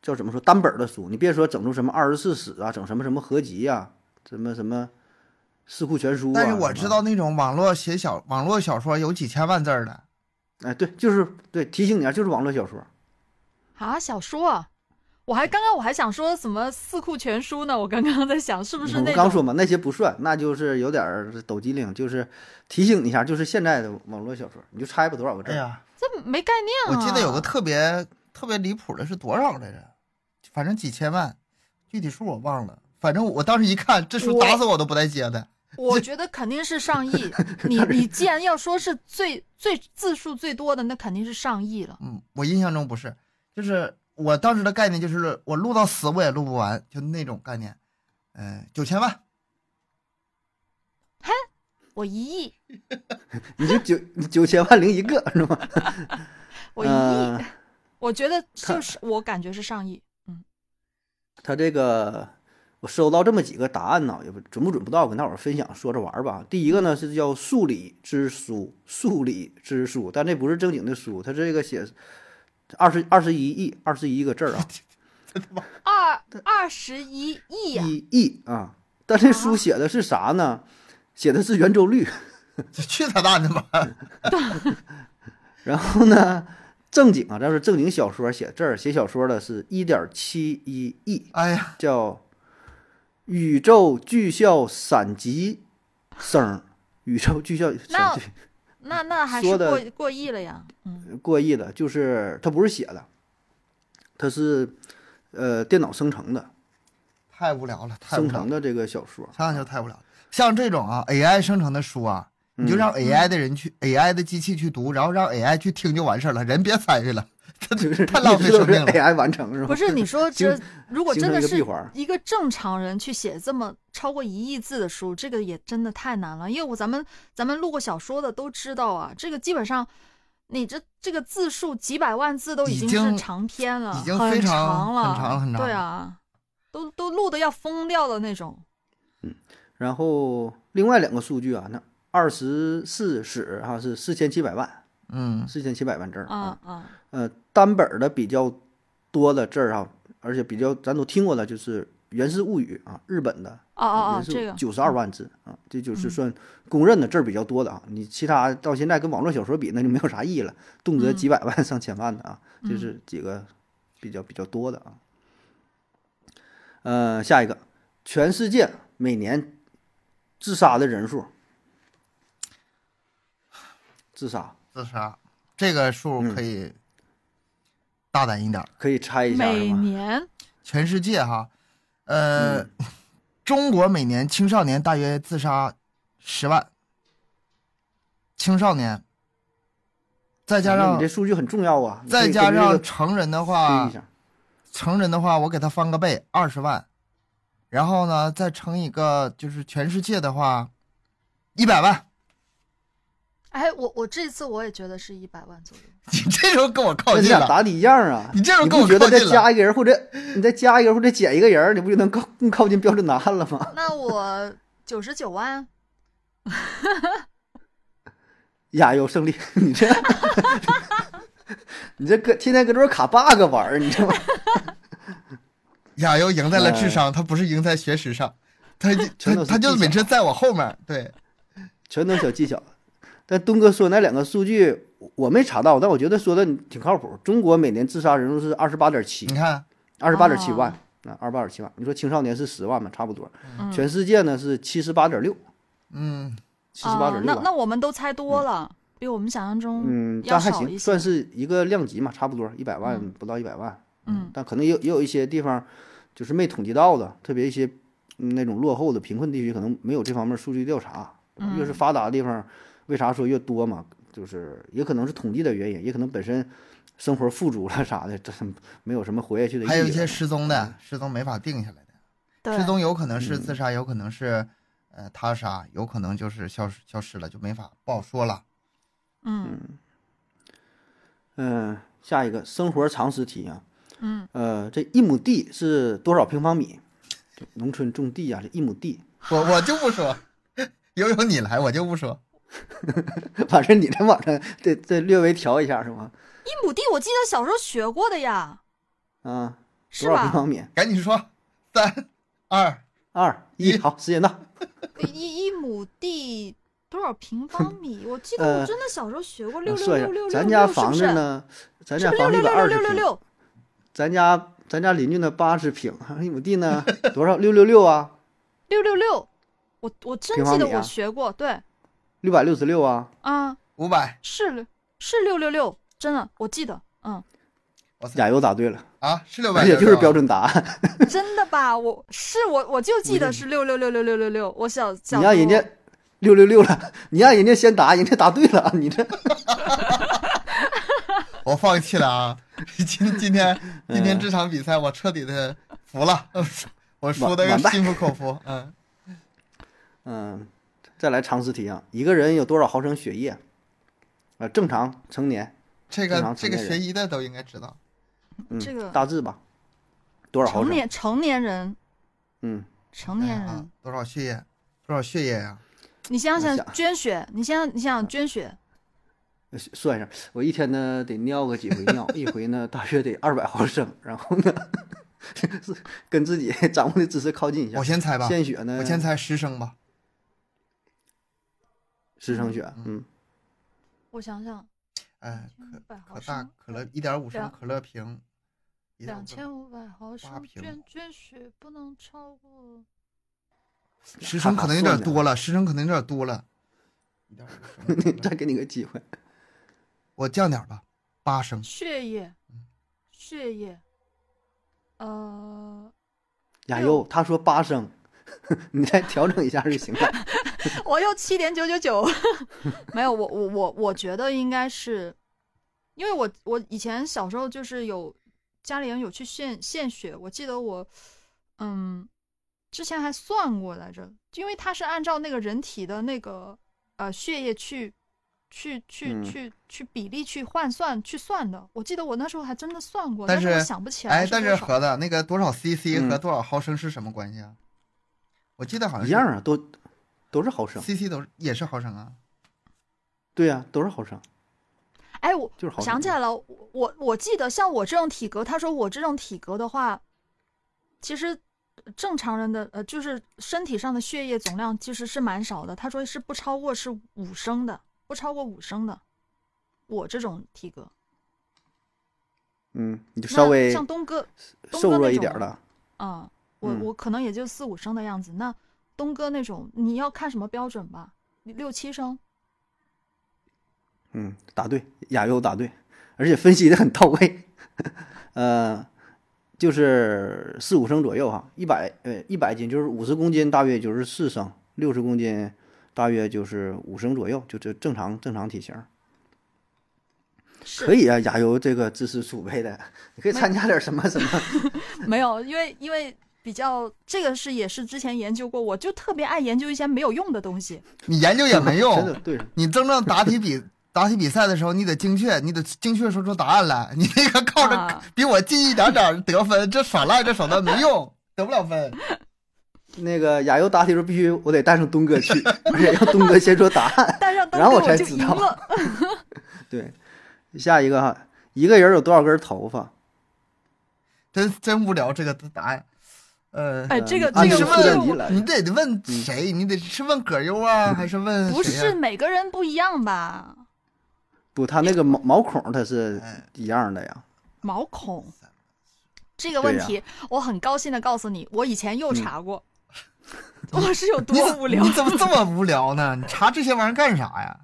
S1: 叫怎么说单本儿的书，你别说整出什么二十四史啊，整什么什么合集啊，什么什么四库全书、啊。
S2: 但是我知
S1: 吧，
S2: 道那种网络写小网络小说有几千万字儿的，
S1: 哎，对，就是对，提醒你啊，就是网络小说。
S3: 啊，小说啊，我还刚刚我还想说什么四库全书呢？我刚刚在想是不是
S1: 嗯我
S3: 那
S1: 刚
S3: 种
S1: 说嘛，那些不算，那就是有点儿抖机灵，就是提醒你一下，就是现在的网络小说，你就猜吧多少个字
S2: 哎
S1: 儿。
S2: 呀，
S3: 这没概
S2: 我
S3: 念啊。
S2: 记得有个特别特别离谱的是多少来着？反正几千万，具体数我忘了。反正我当时一看，这书
S3: 我
S2: 打死我都不带接的。
S3: 我觉得肯定是上亿。你你既然要说是最最字数最多的，那肯定是上亿了。
S2: 嗯，我印象中不是，就是我当时的概念就是我录到死我也录不完，就那种概念。嗯、九千万，
S3: 我一亿，
S1: 你就九九千万零一个是吗？
S3: 我一亿，
S1: 嗯
S3: 我觉得就是我感觉是上亿。
S1: 他这个我收到这么几个答案呢，也不准不准不到，跟大伙儿分享说着玩儿吧。第一个呢是叫数理之书，数理之书，但这不是正经的书，他这个写二十二十一亿二十一个字儿啊，
S3: [laughs] 二二十一亿啊，
S1: 一亿啊，但这书
S3: 啊
S1: 写的是啥呢？写的是圆周率，
S2: 就去他蛋的吧！ [laughs]
S1: 然后呢？正经啊，这是正经小说写字儿，写小说的是一点七一亿，
S2: 哎呀，
S1: 叫“宇宙巨校闪击声儿”，宇宙巨校闪
S3: 那
S1: 击
S3: 那那还
S1: 说
S3: 是
S1: 的
S3: 过过亿了呀。嗯，
S1: [laughs] 过亿了，就是它不是写的，它是呃电脑生成的，
S2: 太无聊了，太无
S1: 生
S2: 聊了
S1: 成，的这个小说。
S2: 想想就太无聊了。像这种啊，AI 生成的书啊，你就
S1: 嗯
S2: 让 AI 的人去、AI 的机器去读，然后让 AI 去听就完事儿了，人别参与了，
S1: [laughs]
S2: 他
S1: 就是
S2: 太浪费
S1: 一直都
S2: 生
S1: 是
S2: 命了。
S1: AI 完成是吧？ [laughs]
S3: 不是你说这如果
S1: 形
S3: 真
S1: 成
S3: 的
S1: 一个闭
S3: 是
S1: 环儿
S3: 一个正常人去写这么超过一亿字的书，这个也真的太难了。因为我咱们咱们录过小说的都知道啊，这个基本上你这这个字数几百万字都
S2: 已
S3: 经
S2: 经
S3: 是长篇了，
S2: 已经
S3: 很
S2: 非常
S3: 长了，
S2: 很长了很长了
S3: 对啊，都都录的要疯掉的那种。
S1: 然后另外两个数据啊，那二十四史哈、是四千七百万，
S2: 嗯，
S1: 四千七百万字儿
S3: 啊。啊，
S1: 呃，单本儿的比较多的字儿啊，而且比较咱都听过的，就是《源氏物语》啊，日本的
S3: 哦哦
S1: 也
S3: 哦，这
S1: 是
S3: 个嗯
S1: 九十二万字啊，这就是算公认的字儿比较多的啊。你其他到现在跟网络小说比，那就没有啥意义了，动辄
S3: 嗯
S1: 几百万、上千万的啊，这是几个比较比较多的啊。呃，下一个，全世界每年自杀的人数，自杀
S2: 自杀这个数
S1: 嗯
S2: 可以大胆一点儿。
S1: 可以猜一下是
S3: 每
S1: 吗？
S3: 年
S2: 全世界哈，呃，
S1: 嗯
S2: [laughs] 中国每年青少年大约自杀十万，青少年，再加
S1: 那你
S2: 上
S1: 这数据很重要啊，
S2: 再加上
S1: 推
S2: 成人的
S1: 一
S2: 话，
S1: 下，
S2: 成人的话我给他翻个倍，二十万，然后呢再乘一个就是全世界的话，一百万。 [laughs]
S3: 哎，我我这次我也觉得是一百万左右。
S2: 你这时候跟我靠
S1: 那你
S2: 近
S1: 俩
S2: 了，
S1: 打的一样啊！
S2: 你这样
S1: 你
S2: 跟
S1: 不
S2: 我
S1: 觉得
S2: 靠
S1: 再
S2: 近了
S1: 加一个人或者你再加一个人或者减一个人，你不就能靠更靠近标准答案了吗？[laughs]
S3: 那我九十九万，
S1: 亚优胜利， [laughs] 你这你这搁天天搁这儿卡 bug 玩儿，你知道吗？
S2: 亚优赢在了
S1: 哎
S2: 智商，他不是赢在学识上，他
S1: [laughs] 全
S2: 他
S1: 都是
S2: 他就
S1: 技
S2: 每
S1: 巧
S2: 次在我后面，对。
S1: 全都小技巧。但东哥说那两个数据我我没查到，但我觉得说的挺靠谱。中国每年自杀人数是二十八点七
S2: 你，看，
S1: 二十八点七万
S3: 哦
S1: 啊，二十八点七万。你说青少年是十万嘛，差不多。
S3: 嗯
S1: 全世界呢是七十八点六，
S2: 嗯，
S1: 七十八
S3: 啊
S1: 点
S3: 那
S1: 六。
S3: 那我们都猜多了，比我们想象中
S1: 嗯，
S3: 要
S1: 但还
S3: 少一
S1: 行，
S3: 些。
S1: 算是一个量级嘛，差不多一百万
S3: 嗯
S1: 不到一百万，
S3: 嗯
S1: 但可能也有也有一些地方就是没统计到的，特别一些嗯那种落后的贫困地区，可能没有这方面数据调查。
S3: 嗯
S1: 越是发达的地方，为啥说越多嘛？就是也可能是统计的原因，也可能本身生活富足了啥的，这没有什么活下去的意义了。
S2: 还有一些失踪
S1: 嗯
S2: 的，失踪没法定下来的，
S3: 对
S2: 失踪有可能是自杀，有可能是呃他杀，有可能就是消失消失了，就没法不好
S1: [laughs]
S2: 说了。
S3: 嗯
S1: 嗯，下一个生活常识题啊，
S3: 嗯，
S1: 呃，这一亩地是多少平方米？就农村种地啊，这一亩地，
S2: 我我就不说， [laughs] 悠悠你来，我就不说。
S1: 反正你这网上得得略微调一下是吗？
S3: 一亩地，我记得小时候学过的呀，
S1: 啊，
S3: 是
S1: 多少平
S3: 吧？
S1: 方米？
S2: 赶紧说，三二
S1: 二一，
S2: 一
S1: 好，时间到。
S3: 一一亩地多少平方米？我记得我
S1: 呃
S3: 真的小时候学过六
S1: 我
S3: 六
S1: 啊算一
S3: 六
S1: 下
S3: 六六，，
S1: 咱家
S3: 是
S1: 房
S3: 不
S1: 子
S3: 是？
S1: 呢，咱
S3: 是
S1: 家
S3: 不是
S1: 房子
S3: 六
S1: 一百
S3: 六
S1: 二
S3: 六
S1: 十
S3: 六
S1: 平，
S3: 六六？
S1: 咱家咱家邻居呢八十平，一亩地呢多少？六六六啊，
S3: 六六六，我我真
S1: 平方
S3: 记得
S1: 米
S3: 我
S1: 啊
S3: 学过，对
S1: 六百六十六啊，
S3: 啊，
S2: 五百，
S3: 是是六六六，真的我记得，嗯，
S2: 哇塞
S1: 俩又答对了，
S2: 啊，是六百，
S1: 而且就是标准答案。 [laughs]
S3: 真的吧？我是我我就记得是六六六六六六六，我小小
S1: 你
S3: 时候
S1: 让人家六六六了，你让人家先答，人家答对了，你这
S2: 我放弃了啊！ [laughs] 今今天
S1: 嗯
S2: 今天这场比赛我彻底的服了， [laughs] 我输的
S1: 完完败
S2: 心服口服。嗯，
S1: 嗯，再来常识题啊，一个人有多少毫升血液？呃，正常成年，
S2: 这
S1: 正
S2: 个
S1: 常
S2: 这个
S1: 成年
S2: 学
S1: 人
S2: 医的都应该知道。
S1: 嗯，
S3: 这个
S1: 大致吧，多少毫
S3: 成
S1: 升？
S3: 年成年人
S1: 嗯，
S3: 成年
S2: 哎啊
S3: 人，，
S2: 多少血液？多少血液呀？
S3: 你想
S1: 我
S3: 想
S1: 想
S3: 捐血，你想想你想想捐血，
S1: 算一下，我一天呢得尿个几回尿，一回呢大约得二百毫升，然后呢是跟自己 [laughs] 掌握的知识靠近一下
S2: 我。先猜吧，
S1: 献血呢，
S2: 我先猜十升吧。
S1: 十升血，嗯，
S3: 我想想，
S2: 哎，
S3: 百毫
S2: 可大
S3: 升，
S2: 可乐一点五升
S3: 两
S2: 可乐瓶，一点
S3: 两
S2: 五
S3: 千五百毫升，
S2: 瓶
S3: 捐捐血不能超过。
S2: 十升可能有点多了，十升可能有点多了。一点五升
S1: 再给你个机会，
S2: 我降点儿吧，八升。
S3: 血液，血液，呃，
S1: 亚
S3: 哎呦
S1: 优他说八升， [laughs] 你再调整一下就行了。
S3: [laughs] 我又七点九九九， [laughs] 没有，我我我我觉得应该是，因为我我以前小时候就是有家里人有去献献血，我记得我，嗯，之前还算过来着，因为它是按照那个人体的那个呃血液去。去去
S1: 嗯
S3: 去去比例去换算去算的，我记得我那时候还真的算过，
S2: 但
S3: 但我
S2: 是
S3: 想不起来。
S2: 哎，但是盒子那个多少 CC
S1: 嗯
S2: 和多少毫升是什么关系啊？我记得好
S1: 一
S2: 像是
S1: 样啊，都都是毫升，
S2: CC 都是也是毫升啊。
S1: 对呀、都是毫升，
S3: 哎，我
S1: 就是毫升。
S3: 想起来了，我我我记得像我这种体格，他说我这种体格的话，其实正常人的呃，就是身体上的血液总量其实是蛮少的。他说是不超过是五升的，不超过五升的。我这种体格，
S1: 嗯，你就
S3: 那
S1: 稍微
S3: 像东哥东
S1: 瘦
S3: 哥
S1: 弱
S3: 那
S1: 一点
S3: 种
S1: 了。
S3: 啊、我、
S1: 嗯
S3: 我可能也就四五升的样子。那东哥那种，你要看什么标准吧？你六七升，
S1: 嗯，答对，亚优答对，而且分析的很到位。呃，就是四五升左右哈，一百呃一百斤就是五十公斤，大约就是四升；六十公斤大约就是五升左右，就这正常正常体型。
S3: 是
S1: 可以啊，亚优这个知识储备的，你可以参加点什么什么。
S3: 没有，因为因为比较这个是也是之前研究过，我就特别爱研究一些没有用的东西。
S2: 你研究也 [laughs] 没
S1: 真的
S2: 用，
S1: 对。
S2: 你真正答题比 [laughs] 答题比赛的时候，你得精确，你得精确说出答案来。你那个靠着
S3: 啊
S2: [laughs] 比我近一点点儿得分，这耍赖这手段没用， [laughs] 得不了分。
S1: 那个亚优答题的时候必须我得带上东哥去， [laughs] 而且让东哥先说答案。
S3: 但让
S1: 然后
S3: 当
S1: 我
S3: 哥
S1: 才
S3: 就
S1: 知
S3: 赢
S1: 道
S3: 了。
S1: 对，下一个哈，一个人有多少根头发？
S2: 真真无聊这个答案。呃，
S3: 哎，这个
S1: 按
S3: 这
S1: 照
S3: 个
S1: 数
S2: 是
S3: 这
S1: 量
S2: 问
S1: 级
S3: 个
S1: 来，
S2: 你得问谁？你得是问葛优啊，还是问
S3: 嗯不
S2: 谁呀
S3: 是？每个人不一样吧？
S1: 不，它那个毛毛孔它是
S2: 哎
S1: 一样的呀。
S3: 毛孔这个问题，我很高兴的告诉你，我以
S1: 嗯
S3: 前又查过， [laughs] 我是有
S2: 你
S3: 多
S2: 怎
S3: 无聊
S2: 你，怎么这么无聊呢？你查这些玩意儿干啥呀？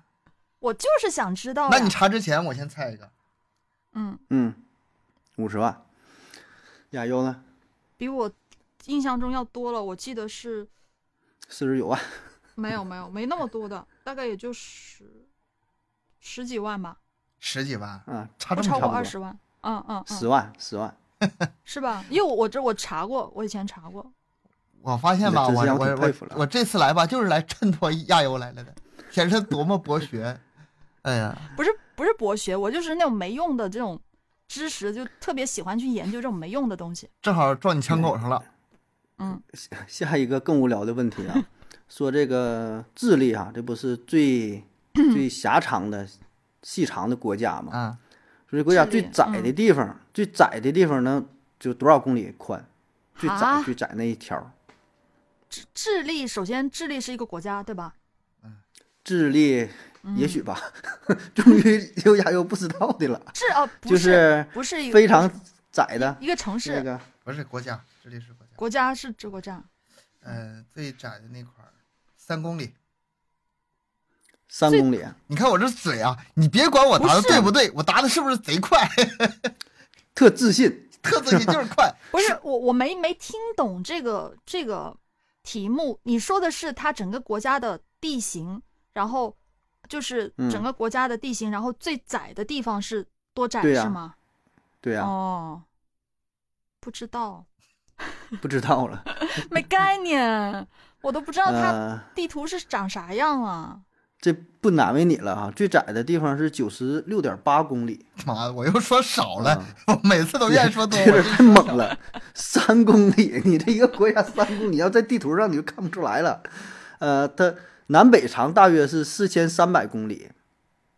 S3: 我就是想知哦道呀。
S2: 那你查之前，我先猜一个，
S3: 嗯，
S1: 嗯，五十万。亚优呢？
S3: 比我印象中要多了，我记得是
S1: 四十九万。
S3: 没有没有没那么多的，大概也就十十几万吧，
S2: 十几万，
S1: 啊，
S2: 查
S3: 不
S2: 这么
S1: 差不
S2: 长
S3: 超嗯过
S1: 多
S3: 二十万。嗯嗯嗯，
S1: 十万，十万。 [laughs]
S3: 是吧？因为我我这我查过，我以前查过，
S2: 我发现吧，
S1: 你
S2: 我
S1: 这真让我
S2: 我
S1: 挺
S2: 我
S1: 佩服了
S2: 我这次来吧，就是来衬托亚游来了的，显示他多么博学。哎呀，
S3: 不是不是博学，我就是那种没用的这种知识，就特别喜欢去研究这种没用的东西。
S2: 正好撞你枪口上了。
S3: 嗯，
S1: 下一个更无聊的问题
S3: [laughs]
S1: 啊，说这个智利哈、这不是
S3: [clears throat]
S1: 最最狭长的、细长的国家嘛？
S2: 啊，
S1: 说这国家
S3: 智利嗯
S1: 最窄的地方，最窄的地方呢，就多少公里宽？最窄
S3: 啊
S1: 最窄那一条，
S3: 智智利，首先智利是一个国家，对吧？
S1: 智利
S3: 嗯、
S1: 也许吧， [laughs] 终于又亚优不知道的了，
S3: 智哦，不
S1: 就是是
S3: 不是一个
S1: 非常窄的
S3: 一个城市，
S1: 那个
S2: 不是国家，这里是国家，
S3: 国家是这国家，
S2: 呃，最窄的那块儿三公里。
S1: 三公里。
S2: 你看我这嘴啊，你别管我答的
S3: 不是
S2: 对不对，我答的是不是贼快， [laughs]
S1: 特自信，
S2: 特自信就是快。
S3: 不是我我没没听懂这个这个题目，你说的是它整个国家的地形，然后就是
S1: 嗯
S3: 整个国家的地形，然后最窄的地方是多窄、
S1: 对呀
S3: 是吗？
S1: 对啊呀、
S3: 哦，不知道，
S1: 不知道了。
S3: [laughs] 没概念，我都不知道它
S1: 呃，
S3: 地图是长啥样啊。
S1: 这不难为你了啊！最窄的地方是九十六点八公里，
S2: 妈的，我又说少了，
S1: 嗯
S2: 我每次都愿意说
S1: [laughs]
S2: 多。
S1: 这
S2: 我
S1: 有点
S2: 这
S1: 太猛了，三公里，你这一个国家三公里，要在地图上你就看不出来了。呃，它南北长大约是四千三百公里，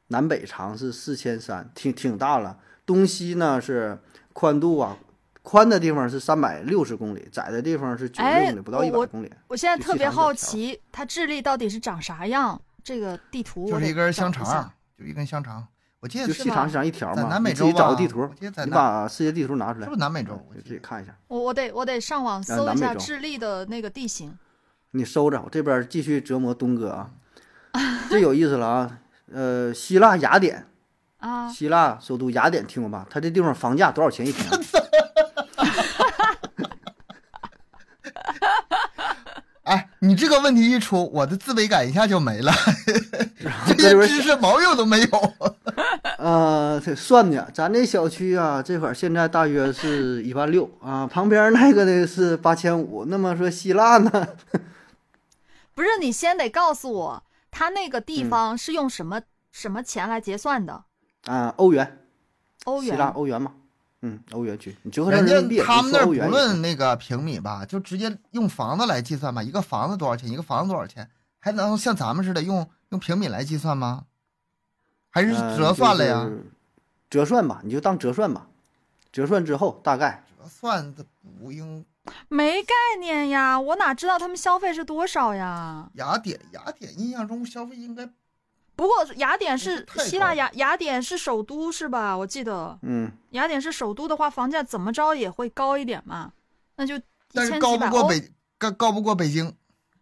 S1: 南北长是四千三，挺挺大了。东西呢是宽度啊，宽的地方是三百六十公里，窄的地方是九十六
S3: 哎
S1: 公里，不到
S3: 我
S1: 一
S3: 我
S1: 百公里。
S3: 我现在
S1: 就
S3: 特
S1: 细
S3: 别
S1: 长条
S3: 好
S1: 条
S3: 奇，它智利到底是长啥样？这个地图
S2: 就
S3: 我
S2: 是
S3: 得
S2: 一根香
S3: 找下
S2: 肠，就一根香肠。我记得
S1: 就是细长细长一条
S2: 在
S1: 嘛，
S2: 南
S1: 你
S2: 美
S1: 自
S2: 洲
S1: 己找个
S2: 吧
S1: 地图
S2: 我记得，在
S1: 你
S2: 南
S1: 把世界地图拿出来，
S2: 是不是南美洲
S1: 嗯？
S2: 我
S1: 就
S2: 记
S1: 自己
S2: 得
S1: 看一下。
S3: 我我得我得上网
S1: 呃
S3: 搜一
S1: 南美
S3: 下
S1: 洲
S3: 智利的那个地形。
S1: 你收着，我这边继续折磨东哥
S2: [laughs]
S1: 啊，这有意思了啊。呃，希腊雅典，
S3: 啊，
S1: 希腊首都雅典听过吧？它这地方房价多少钱一平？啊
S2: 哎，你这个问题一出，我的自卑感一下就没了， [laughs]
S1: [laughs] 在
S2: 这
S1: 这
S2: 些
S1: 边
S2: 知识毛用都没有。
S1: 呃，这算的，咱这小区啊，这会儿现在大约是一万六啊，旁边那个呢是八千五。那么说希腊呢，
S3: 不是，你先得告诉我，它那个地
S1: 嗯
S3: 方是用什么、什么钱来结算的？
S1: 啊、欧元，
S3: 欧
S1: 希腊
S3: 元。
S1: 欧元嘛，嗯，欧元区，你折合成
S2: 人
S1: 人民币
S2: 家
S1: 也
S2: 他
S1: 不
S2: 们
S1: 是
S2: 那儿
S1: 欧
S2: 不
S1: 元也行。
S2: 论那个平米吧，就直接用房子来计算吧，一个房子多少钱，一个房子多少钱，还能像咱们似的用用平米来计算吗？还是
S1: 呃
S2: 折算了呀？
S1: 就是折算吧，你就当折算吧。折算之后大概
S2: 折算的不应
S3: 没概念呀，我哪知道他们消费是多少呀？
S2: 雅典，雅典印象中消费应该
S3: 不过雅典是
S2: 太高
S3: 希腊
S2: 了
S3: 雅雅典是首都是吧？我记得
S2: [laughs]
S1: 嗯，
S3: 雅典是首都的话，房价怎么着也会高一点嘛，那就一
S2: 但是
S3: 千
S2: 高
S3: 几
S2: 不
S3: 百
S2: 过
S3: 欧，
S2: 北高高不过北京，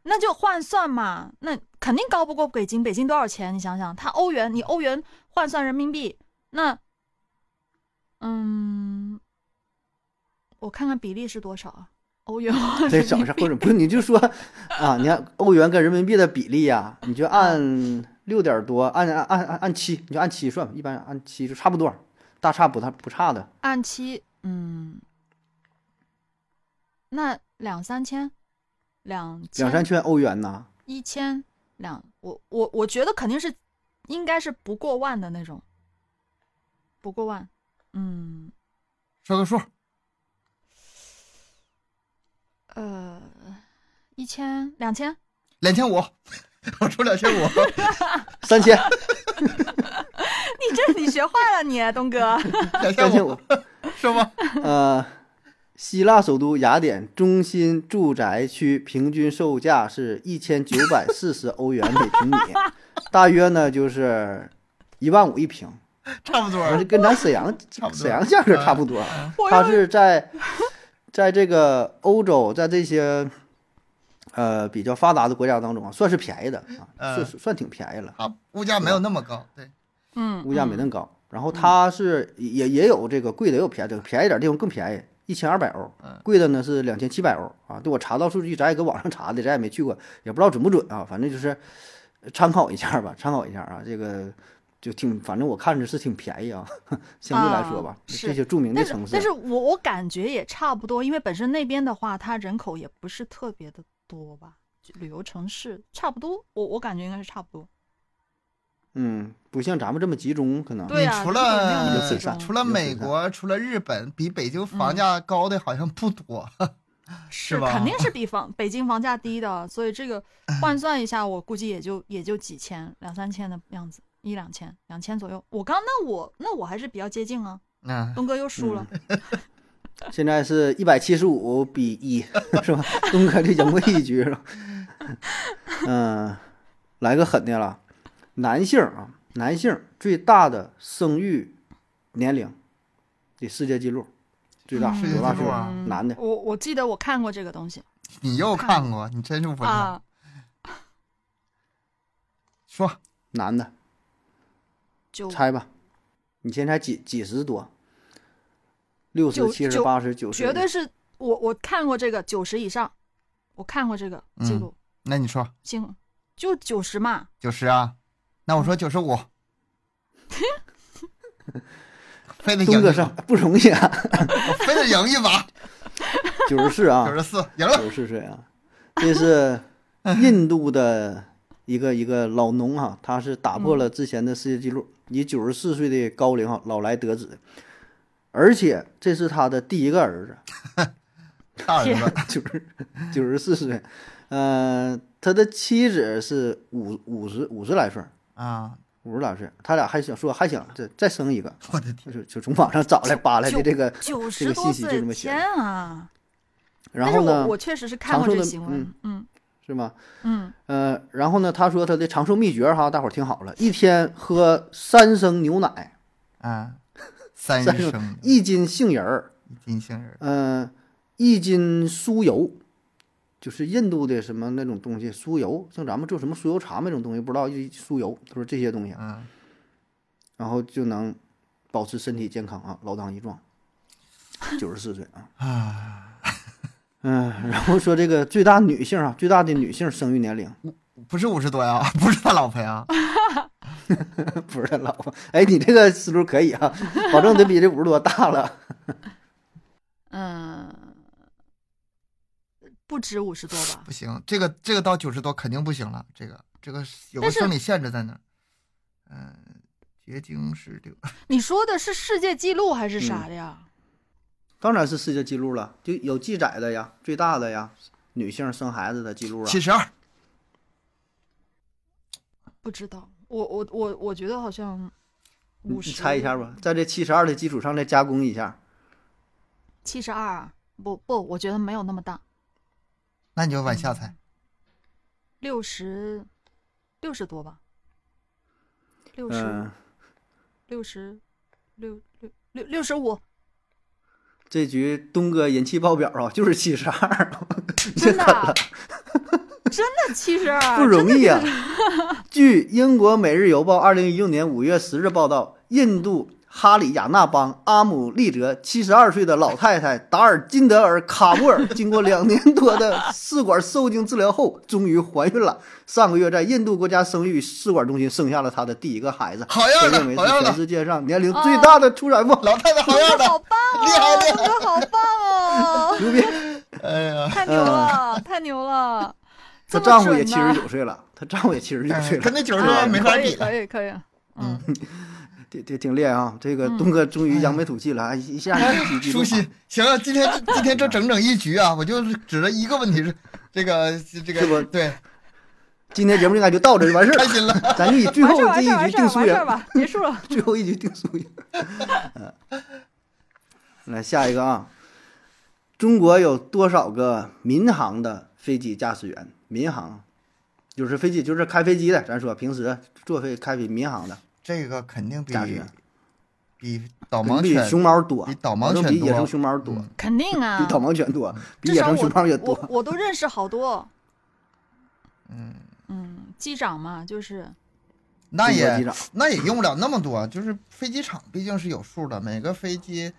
S3: 那就换算嘛，那肯定高不过北京。北京多少钱？你想想，它欧元，你欧元换算人民币，那，嗯，我看看比例是多少啊？欧元换
S1: 得
S3: 人
S1: 整
S3: 民
S1: 上
S3: 币
S1: 或者不是你就说啊，你看欧元跟人民币的比例呀、你就按六点多，按按按按按七，你就按七算吧，一般按七就差不多，大差不差不差的。
S3: 按期，嗯，那两三千，两
S1: 两三千欧元呐，
S3: 一千两，我我我觉得肯定是应该是不过万的那种，不过万，嗯。
S2: 说个数，
S3: 呃，一千两千，
S2: 两千五， [laughs] 我出两千五，
S1: 三
S2: [laughs]
S1: 千
S3: 你这你学坏了你，啊东哥。
S2: 两
S1: 三千
S2: 千
S1: 五。
S2: 是吗？
S1: 呃，希腊首都雅典中心住宅区平均售价是一千九百四十欧元每平米，大约呢就是一万五一平，
S2: 差不多。
S1: 而且跟咱沈阳
S2: 差不多嗯
S1: 沈阳价格差不多。
S3: 我
S1: 它
S3: 又
S1: 是在在这个欧洲，在这些呃比较发达的国家当中啊，算是便宜的啊，
S2: 嗯
S1: 算算挺便宜了，
S2: 它物价没有那么高，对，
S3: 嗯，
S1: 物价没
S3: 嗯
S1: 那么高。然后它是也也有这个贵的，也有便宜的，便宜点儿地方更便宜，一千二百欧
S2: 嗯，
S1: 贵的呢是两千七百欧啊。对我查到数据，咱也搁网上查的，咱也没去过，也不知道准不准啊。反正就是参考一下吧，参考一下啊。这个就挺，反正我看着是挺便宜啊， [laughs] 相对来说吧
S3: 啊，是
S1: 这些著名的
S3: 但是
S1: 城市
S3: 但是我我感觉也差不多，因为本身那边的话，它人口也不是特别的多吧，就旅游城市差不多，我我感觉应该是差不多。
S1: 嗯，不像咱们这么集中，可能
S3: 对啊
S2: 你除
S1: 没有
S2: 了
S1: 那么集中
S2: 除了美国，除了日本，比北
S3: 嗯
S2: 京房价高的好像不多。
S3: 是
S2: 吧
S3: 肯定是比房北京房价低的，所以这个换算一下，我估计也就也就几千两三千的样子，一两千两千左右。我刚那我那我还是比较接近啊，
S2: 嗯，
S3: 东哥又输了，
S1: 现在是一百七十五比一， [laughs] 是吧？东哥就赢过一局，是吧？嗯，来个狠的了，男性啊，男性最大的生育年龄的世界纪录，最大多
S3: 嗯
S1: 大
S2: 世界纪
S1: 岁
S2: 录
S1: 数？
S2: 啊
S1: 男的，
S3: 我我记得我看过这个东西
S2: [laughs] 你又看过，你真是不知道。
S3: 啊，
S2: 说
S1: 男的，
S3: 九
S1: 猜吧，你现在几几十多？六十、
S3: 九
S1: 七十、
S3: 九
S1: 八十、九十，
S3: 绝对是我我看过这个九十以上，我看过这个
S1: 嗯
S3: 记录，
S2: 那你说
S3: 行，就九十嘛，
S2: 九十啊？那我说九十五。非得赢
S1: 东
S2: 一
S1: 哥
S2: 把
S1: 上不容易啊，
S2: 我非得赢一把，
S1: 九十四啊，
S2: [laughs] 九十四赢了。
S1: 九十岁啊，这是印度的一个一个老农哈、他是打破了之前的世界纪录，以九十四岁的高龄哈、老来得子，而且这是他的第一个儿子，
S2: 大儿子，
S1: 九十九十四岁，呃，他的妻子是五五十五十来岁，
S2: 啊，
S1: 五十来岁，他俩还想说还想再再生一个，
S2: 我的天，
S1: 就就从网上找来扒来的这个，
S3: 九
S1: 这
S3: 十
S1: 个
S3: 多
S1: 信息就这
S3: 岁，
S1: 么写的
S3: 天啊！
S1: 然后
S3: 但是
S1: 呢
S3: 我我确实是看过这个新
S1: 长
S3: 闻，嗯
S1: 是吗？
S3: 嗯，
S1: 呃，然后呢，他说他的长寿秘诀哈，大伙儿听好了，一天喝三升牛奶，
S2: 啊，三
S1: 三
S2: 日
S1: 升
S2: 生
S1: 一斤杏仁儿，
S2: 一金星人，
S1: 呃，一斤酥油，就是印度的什么那种东西，酥油，像咱们做什么酥油茶那种东西，不知道一酥油，他说这些东西，啊
S2: 嗯，
S1: 然后就能保持身体健康啊，老当益壮，九十四岁啊，嗯，然后说这个最大女性啊，最大的女性生育年龄，
S2: 不是五十多呀，不是他老婆呀，
S1: 不是他老婆，哎，你这个思路可以
S3: [laughs]
S1: 啊，保证得比这五十多大了。
S3: 嗯，不止五十多吧
S2: 不？行，这个这个到九十多肯定不行了，这个这个是有个
S3: 但是
S2: 生理限制在那儿，嗯，绝经是六，
S3: 你说的是世界纪录
S1: 嗯
S3: 还是啥的呀？
S1: 当然是世界纪录了，就有记载的呀，最大的呀，女性生孩子的记录啊
S2: 七。十二，
S3: 不知道，我我我我觉得好像
S1: 你
S3: 五
S1: 你
S3: 十，
S1: 猜一下吧，在这七十二的基础上再加工一下，
S3: 七十二，不不，我觉得没有那么大，
S2: 那你就往下
S1: 嗯
S2: 猜，
S3: 六十六十多吧，六十
S1: 嗯，
S3: 六十六六六六十
S1: [laughs]
S3: 五，
S1: 这局东哥人气爆表啊，就是七十二， [laughs]
S3: 真的啊真的七十
S1: [laughs]
S3: 二，
S1: 不容易啊。据英国《每日邮报》二零一六年五月十日报道，印度哈里亚纳邦阿姆利泽七十二岁的老太太达尔金德尔卡布尔，经过两年多的试管受精治疗后，终于怀孕了。上个月在印度国家生育试管中心生下了她的第一个孩子，
S2: 好样
S1: 被
S2: 的
S1: 认为
S2: 好样
S1: 是
S2: 的
S1: 全世界上年龄
S3: 哦
S1: 最大的出产
S3: [laughs]
S1: 妇。
S2: 老太太好
S1: 啊
S2: 样
S3: 真的
S1: [laughs]
S3: 好
S2: 的，
S3: 棒哦，
S2: 厉害厉害
S3: 真的好棒哦，
S1: 牛逼！
S2: 哎呀，
S3: 太牛了，太牛了！
S1: 她
S3: 这么
S1: 丈夫也七
S3: 准啊呢
S1: 十九岁了，她丈夫也七十九岁
S2: 哎
S1: 了
S2: 跟。那九十
S3: 哎
S1: 啊
S2: 多没法
S3: 可以
S2: 比，
S3: 可以可以，嗯，
S1: 挺挺挺厉害啊！这个东哥终于扬眉吐气了，啊，一一下
S2: 哎
S1: 一激
S2: 舒
S1: 动啊。
S2: 心，行啊，今天这今天这整整一局啊，我就是指着一个问题是这个这
S1: 是不
S2: 个对，
S1: 今天节目应该就到这就完事儿
S2: 开
S1: 了，
S2: 心了。
S1: 咱就以最
S3: 完
S1: 后这
S3: 事儿完事儿
S1: 一局
S3: 完事儿
S1: 定输
S3: 完事儿
S1: 赢，
S3: 吧，结束了。
S1: 最后一局定输赢。嗯，来下一个啊，中国有多少个民航的飞机驾驶员？民航就是飞机，就是开飞机的，咱说平时坐飞开飞民航的，
S2: 这个肯定比
S1: 价值
S2: 比导
S1: 肯定
S2: 盲
S1: 比
S2: 犬
S1: 熊猫多，
S2: 比导盲
S1: 肯定
S2: 犬
S1: 比野
S2: 多
S1: 生熊猫多，
S2: 嗯
S3: [laughs] 肯定啊
S1: [laughs] 比，导盲犬多，比
S3: 至
S1: 野
S3: 少
S1: 生熊猫也
S3: 我
S1: 多
S3: 我。我都认识好多，
S2: 嗯，
S3: 嗯，机长嘛，就是
S2: 那
S1: 中国机
S2: 也
S1: 长
S2: 那也用不了那么多，就是飞机场毕竟是有数的，每个飞机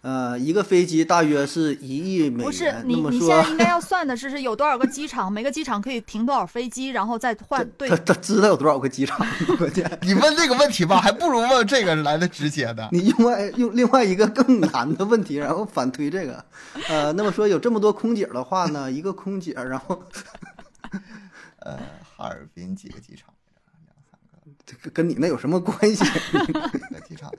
S1: 呃，一个飞机大约是一亿美
S3: 不是
S1: 元。
S3: 你
S1: 那么
S3: 你现
S1: 说
S3: 在，应该要算的是是有多少个机场，每个机场可以停多少飞机，然后再换对
S1: 他他知道有多少个机场？ [laughs] 关键。
S2: 你问这个问题吧，还不如问这个来的直接的。
S1: [laughs] 你用外用另外一个更难的问题，然后反推这个，呃，那么说有这么多空姐的话呢，一个空姐，然后 [laughs]
S2: 呃，哈尔滨几个机场？两三个，
S1: 这个跟你那有什么关系？ [laughs]
S2: 几个机场。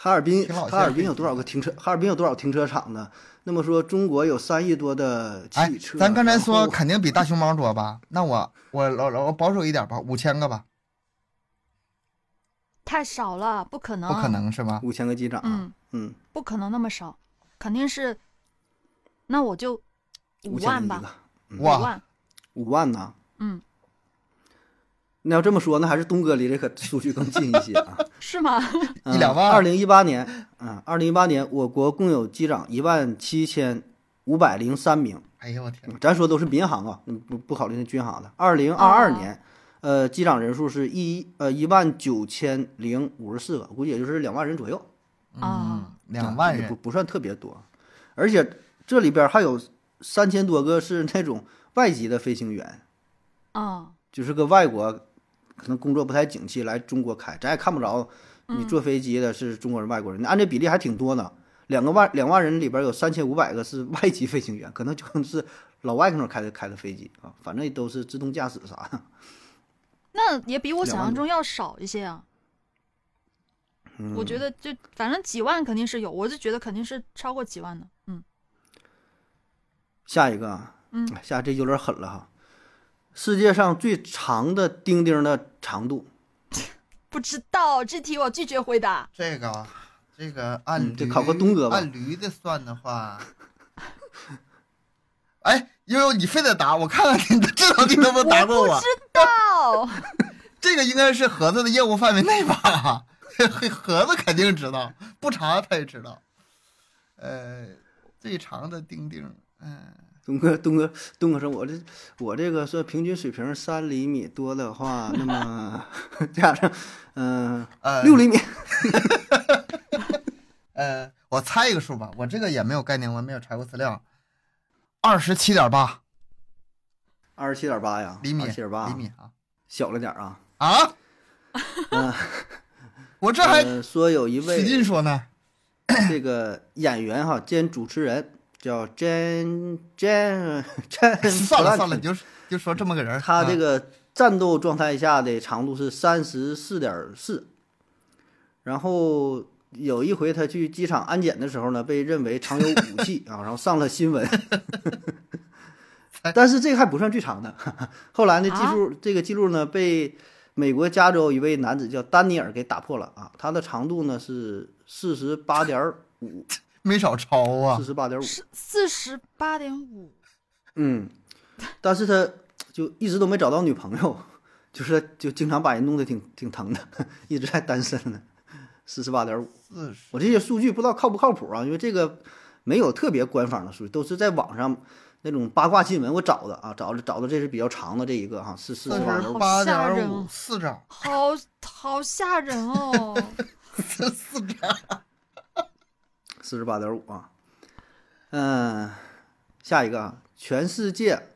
S1: 哈尔滨
S2: 挺老些
S1: 哈尔滨有多少个停车？哈尔滨有多少停车场呢？那么说中国有三亿多的
S2: 哎
S1: 汽车，，
S2: 咱刚才说
S1: 然后
S2: 肯定比大熊猫多吧？那我我老老我保守一点吧，五千个吧，
S3: 太
S2: 哦
S3: 少了，不可能，
S2: 不可，能是吧？
S1: 五千个机长啊，
S3: 嗯，
S1: 嗯，
S3: 不可能那么少，肯定是那我就五
S1: 五千
S3: 万
S1: 一
S3: 吧
S1: 个，，
S3: 五
S2: 哇，
S3: 万，
S1: 五万呢？
S3: 嗯，
S1: 那要这么说，那还是东哥离这个数据更近一些啊。
S3: 是吗？ [laughs]
S2: 一两万
S1: 嗯二零一八年，啊，二零一八年，我国共有机长一万七千五百零三名。
S2: 哎呦我天，
S1: 咱说都是民航啊，嗯不不考虑那军航的。二零二二年，
S2: 哦
S1: 呃，机长人数是一呃一万九千零五十四个，估计也就是两万人左右，
S3: 啊
S2: 嗯，两万
S1: 也不
S2: 人，
S1: 不算特别多。而且这里边还有三千多个是那种外籍的飞行员，
S3: 啊，
S1: 就是个外国，可能工作不太景气，来中国开，咱也看不着你坐飞机的是中国人、外国人，按这比例还挺多呢。两个万两万人里边有三千五百个是 [laughs] 外籍飞行员，可能就是老外那种开的开的飞机啊，反正也都是自动驾驶啥的。
S3: 那也比我
S1: 两
S3: 想象
S1: 万多
S3: 中要少一些啊。
S2: 嗯
S3: 我觉得就反正几万肯定是有，我就觉得肯定是超过几万的。嗯，
S1: 下一个啊，
S3: 嗯
S1: 哎，下这有点狠了哈。世界上最长的钉钉的长度，
S3: 不知道这题我拒绝回答。
S2: 这个啊这个按
S1: 嗯
S2: 驴
S1: 这考个东哥吧
S2: 按驴的算的话， [laughs] 哎，悠悠你非得答，我看看你知道你能不能答过我
S3: 知。道，
S2: [laughs] 这个应该是盒子的业务范围内吧？ [laughs] 盒子肯定知道，不查他也知道。呃，最长的钉钉，嗯、
S1: 东哥东哥东哥说，我这我这个说平均水平三厘米多的话，那么 [laughs] 加上嗯
S2: 呃
S1: 六厘米，
S2: 呃，我猜一个数吧，我这个也没有概念，我没有查过资料，二十七点八
S1: 二十七点八呀，
S2: 厘米，
S1: 二十七点八
S2: 厘，米啊
S1: 小了点儿啊。 [laughs]
S2: 啊！我这还
S1: 呃，说有一
S2: 使劲
S1: 位 [laughs]
S2: 说呢，
S1: 这个演员哈兼主持人叫 Jan Jan Jan，
S2: [laughs] 算了算了，你
S1: Blanchett，
S2: 就就说这么个人儿。
S1: 他这
S2: 啊
S1: 个战斗状态下的长度是三十四点四，然后。有一回他去机场安检的时候呢，被认为藏有武器啊，然后上了新闻。但是这个还不算最长的，后来呢，记
S3: 啊
S1: 录、这个记录呢被美国加州一位男子叫丹尼尔给打破了啊，他的长度呢是四十八点五，
S2: 没少抄啊
S1: 四，十八点五，
S3: 是四十八点五，
S1: 嗯，但是他就一直都没找到女朋友，就是就经常把人弄得挺挺疼的，一直在单身呢，四十八点五。
S2: 四十
S1: 我这些数据不知道靠不靠谱啊，因为这个没有特别官方的数据，都是在网上那种八卦新闻我找的啊，找的找的这是比较长的这一个哈、是四
S2: 四
S1: 十八点
S2: 十
S1: 五。
S2: 八
S3: 好吓
S2: 点
S3: 人
S2: 五
S3: 哦
S2: 四张，
S3: 好好吓
S2: [laughs]
S3: 人哦。
S2: 四张。
S1: 四十八点五啊。嗯、下一个啊，全世界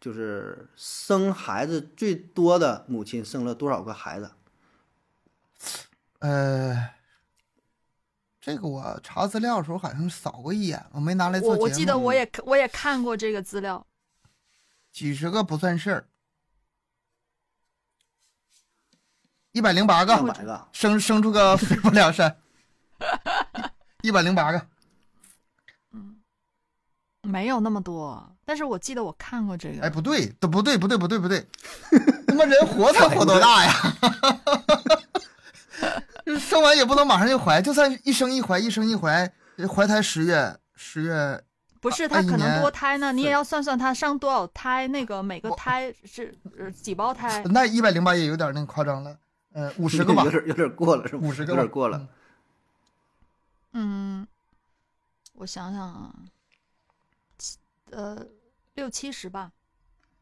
S1: 就是生孩子最多的母亲生了多少个孩子？
S2: 呃，这个我查资料的时候好像扫过一眼，我没拿来做
S3: 我
S2: 节目。
S3: 我记得我也我也看过这个资料，
S2: 几十个不算事儿，一百零八个
S1: 上百个。
S2: 生生出个飞不了身，一百零八个。
S3: 没有那么多，但是我记得我看过这个。
S2: 哎，不对，都不对，不对，不对，不对， [laughs] 他妈人活才活多大呀？ [laughs] 生完也不能马上就怀，就算一生一怀，一生一怀，怀胎十月，十月
S3: 不是，
S2: 啊
S3: 他
S2: 一
S3: 可能
S2: 年
S3: 多胎呢，你也
S2: 是
S3: 要算算他上多少胎，那个每个
S2: 我。
S3: 胎是呃几胞胎
S2: 那一百零八也有点那个夸张了，呃，五十
S1: [laughs]
S2: 个吧
S1: 有，点有点过了是吗？
S2: 五十个
S1: 有
S2: 吧
S1: 点过了
S2: 嗯。
S3: 嗯，我想想啊，七呃，六七十吧，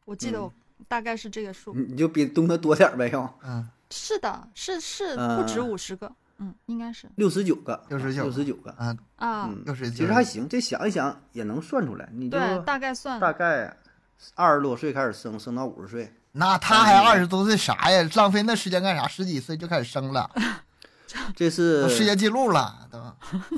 S3: 我记得我
S1: 嗯
S3: 大概是这个数。
S1: 你你就比东哥多点儿呗，要
S2: 嗯，
S3: 是的，是是不止
S1: 呃
S3: 五十个，嗯，应该是
S1: 六十九个，
S2: 69
S1: 六十九个，
S2: 啊，
S3: 啊，
S1: 嗯，
S2: 又是
S1: 其实还行，这想一想也能算出来，你就
S3: 对，大概算
S1: 大概二十多岁开始生，生到五十岁，
S2: 那他还二十多岁啥呀？浪费那时间干啥？十几岁就开始生了，
S1: 这是
S2: 都世界纪录了都。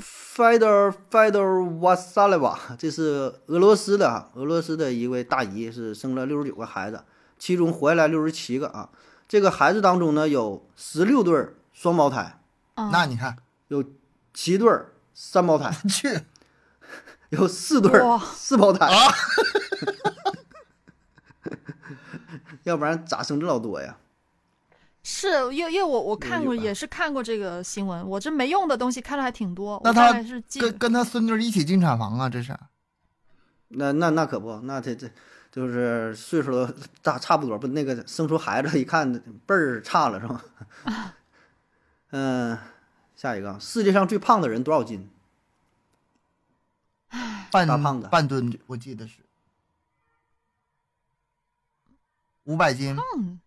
S1: Feder Feder Vasaleva，这是俄罗斯的啊俄罗斯的一位大姨，是生了六十九个孩子，其中怀来六十七个啊。这个孩子当中呢，有十六对儿双胞胎，
S2: 那你看，
S1: 有七对儿三胞胎，
S2: 去
S1: 有四对儿
S3: 哇
S1: 四胞胎， [laughs] 要不然咋生这老多呀？
S3: 是，因为因为我我看过，
S1: 有
S3: 也是看过这个新闻，我这没用的东西看了还挺多。
S2: 那
S3: 我大
S2: 他
S3: 概是记
S2: 跟跟他孙女一起进产房啊，这是
S1: 那那那可不，那这这就是岁数都大差不多，不那个生出孩子一看倍儿差了是吧？ [laughs] 嗯、下一个啊，世界上最胖的人多少斤？
S2: 半
S1: 大胖子
S2: 半吨，我记得是五百斤，
S3: 嗯，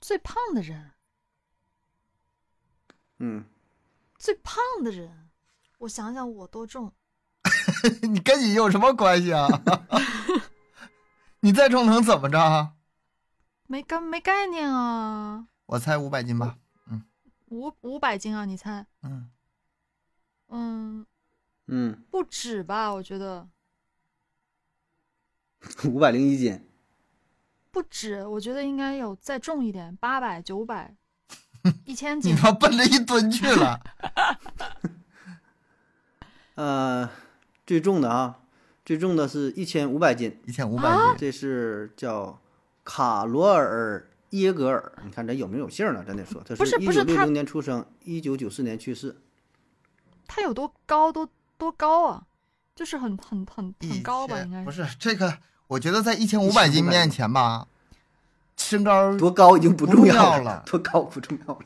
S3: 最胖的人，
S1: 嗯，
S3: 最胖的人，我想想我多重？
S2: [laughs] 你跟你有什么关系啊？ [laughs] 你再重能怎么着啊？
S3: 没概没概念啊，
S2: 我猜五百斤吧，
S3: 五五百斤啊，你猜？
S2: 嗯，
S3: 嗯，
S1: 嗯，
S3: 不止吧？我觉得
S1: 五百零一斤，
S3: 不止，我觉得应该有再重一点，八百、
S1: [laughs]
S3: 九百、一千
S2: 你
S3: 斤。
S2: 他妈奔着一吨去了，
S1: 呃，最重的啊，最重的是一千五百斤，
S2: 一千五百斤，
S1: 这是叫卡罗尔耶格尔，你看这有没有姓儿呢？咱得说，他
S3: 不是
S1: 一
S3: 不
S1: 九
S3: 是
S1: 六
S3: 他
S1: 零年出生，一九九四年去世。
S3: 他有多高？多多高啊？就是很很很很高吧？
S2: 1000
S3: 应该
S2: 不是这个，我觉得在一千五百斤面前吧，身高
S1: 多高已经不重
S2: 不重要
S1: 了，
S2: 了
S1: 多高不重要了。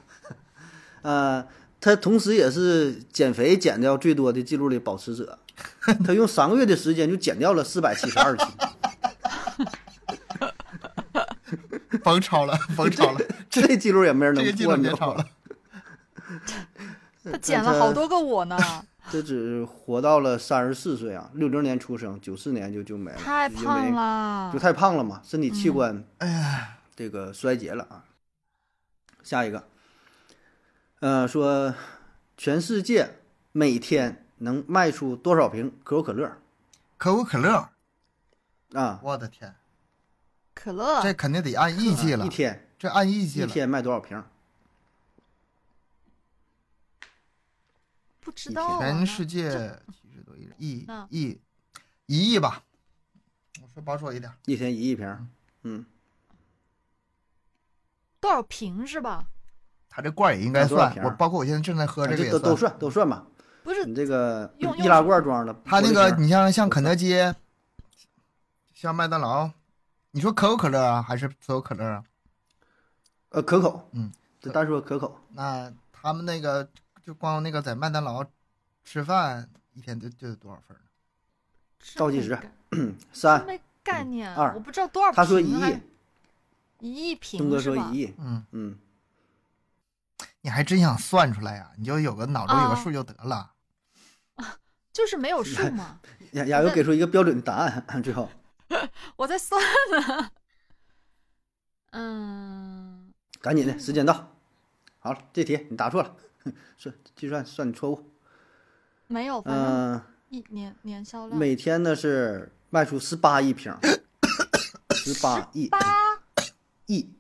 S1: 呃，他同时也是减肥减掉最多的记录的保持者，他用三个月的时间就减掉了四百七十二斤。
S2: 甭吵了，甭
S1: [laughs]
S2: 吵了，
S1: 这记录也没人能
S2: 这个记
S1: 破，
S2: 录
S1: 你
S2: 别
S1: 知道
S2: 吵
S1: 吗
S2: 了。。
S3: 他减
S1: 呃
S3: 了好多个
S1: [laughs]
S3: 我呢，
S1: 这只活到了三十四岁啊，六零年出生，九四年就就没了，
S3: 太
S1: 因为
S3: 胖啦
S1: 就！太胖了嘛，身体器官
S3: 嗯
S2: 哎呀，
S1: 这个衰竭了啊。下一个，呃，说全世界每天能卖出多少瓶可口可乐
S2: 可口可乐，
S1: 啊？
S2: 我的天，
S3: 可乐
S2: 这肯定得按亿计了
S1: 一，天
S2: 这按亿计
S1: 一
S2: 了，
S1: 天卖多少瓶？
S3: 不知道啊，
S2: 全
S3: 那
S2: 世
S3: 这
S2: 界七十多亿人，亿
S3: 嗯
S2: 亿一亿吧，我说保守一点，
S1: 一天一亿瓶。嗯，
S3: 多少瓶是吧？
S2: 他这罐儿也应该
S1: 那多少
S2: 算，
S1: 瓶儿
S2: 我包括我现在正在喝
S1: 啊
S2: 这个也
S1: 都都算都算吧。
S3: 不是
S1: 你这个
S3: 用用
S1: 易拉罐装的，
S2: 他那
S1: 玻璃
S2: 个
S1: 瓶
S2: 你像像肯德基，像麦当劳，你说可口可乐啊，还是所有可乐啊？
S1: 呃可口，
S2: 嗯，
S1: 这单说可口，
S2: 那他们那个就光那个在麦当劳吃饭一天就就有多少份儿呢？
S3: 真
S1: 倒计
S3: 没
S1: 时
S3: 概真
S1: 三，
S3: 没概念，
S1: 二
S3: 我不知道多少瓶。
S1: 他说一亿
S3: 还，一亿瓶
S1: 东哥
S3: 是
S1: 说
S3: 吧
S1: 一？亿，
S2: 嗯，
S1: 嗯，
S2: 你还真想算出来呀、你就有个脑中有个
S3: 啊
S2: 数就得了。
S3: 就是没有数嘛，
S1: 亚亚游
S3: 那
S1: 给出一个标准的答案，最后
S3: 我在算呢。 [laughs] 嗯，
S1: 赶紧的，时间到。好了，这题你答错了，算计算算你错误。
S3: 没有，反正
S1: 嗯，
S3: 一年年销量
S1: 每天呢是卖出十八亿瓶，十八亿
S3: 八
S1: 亿，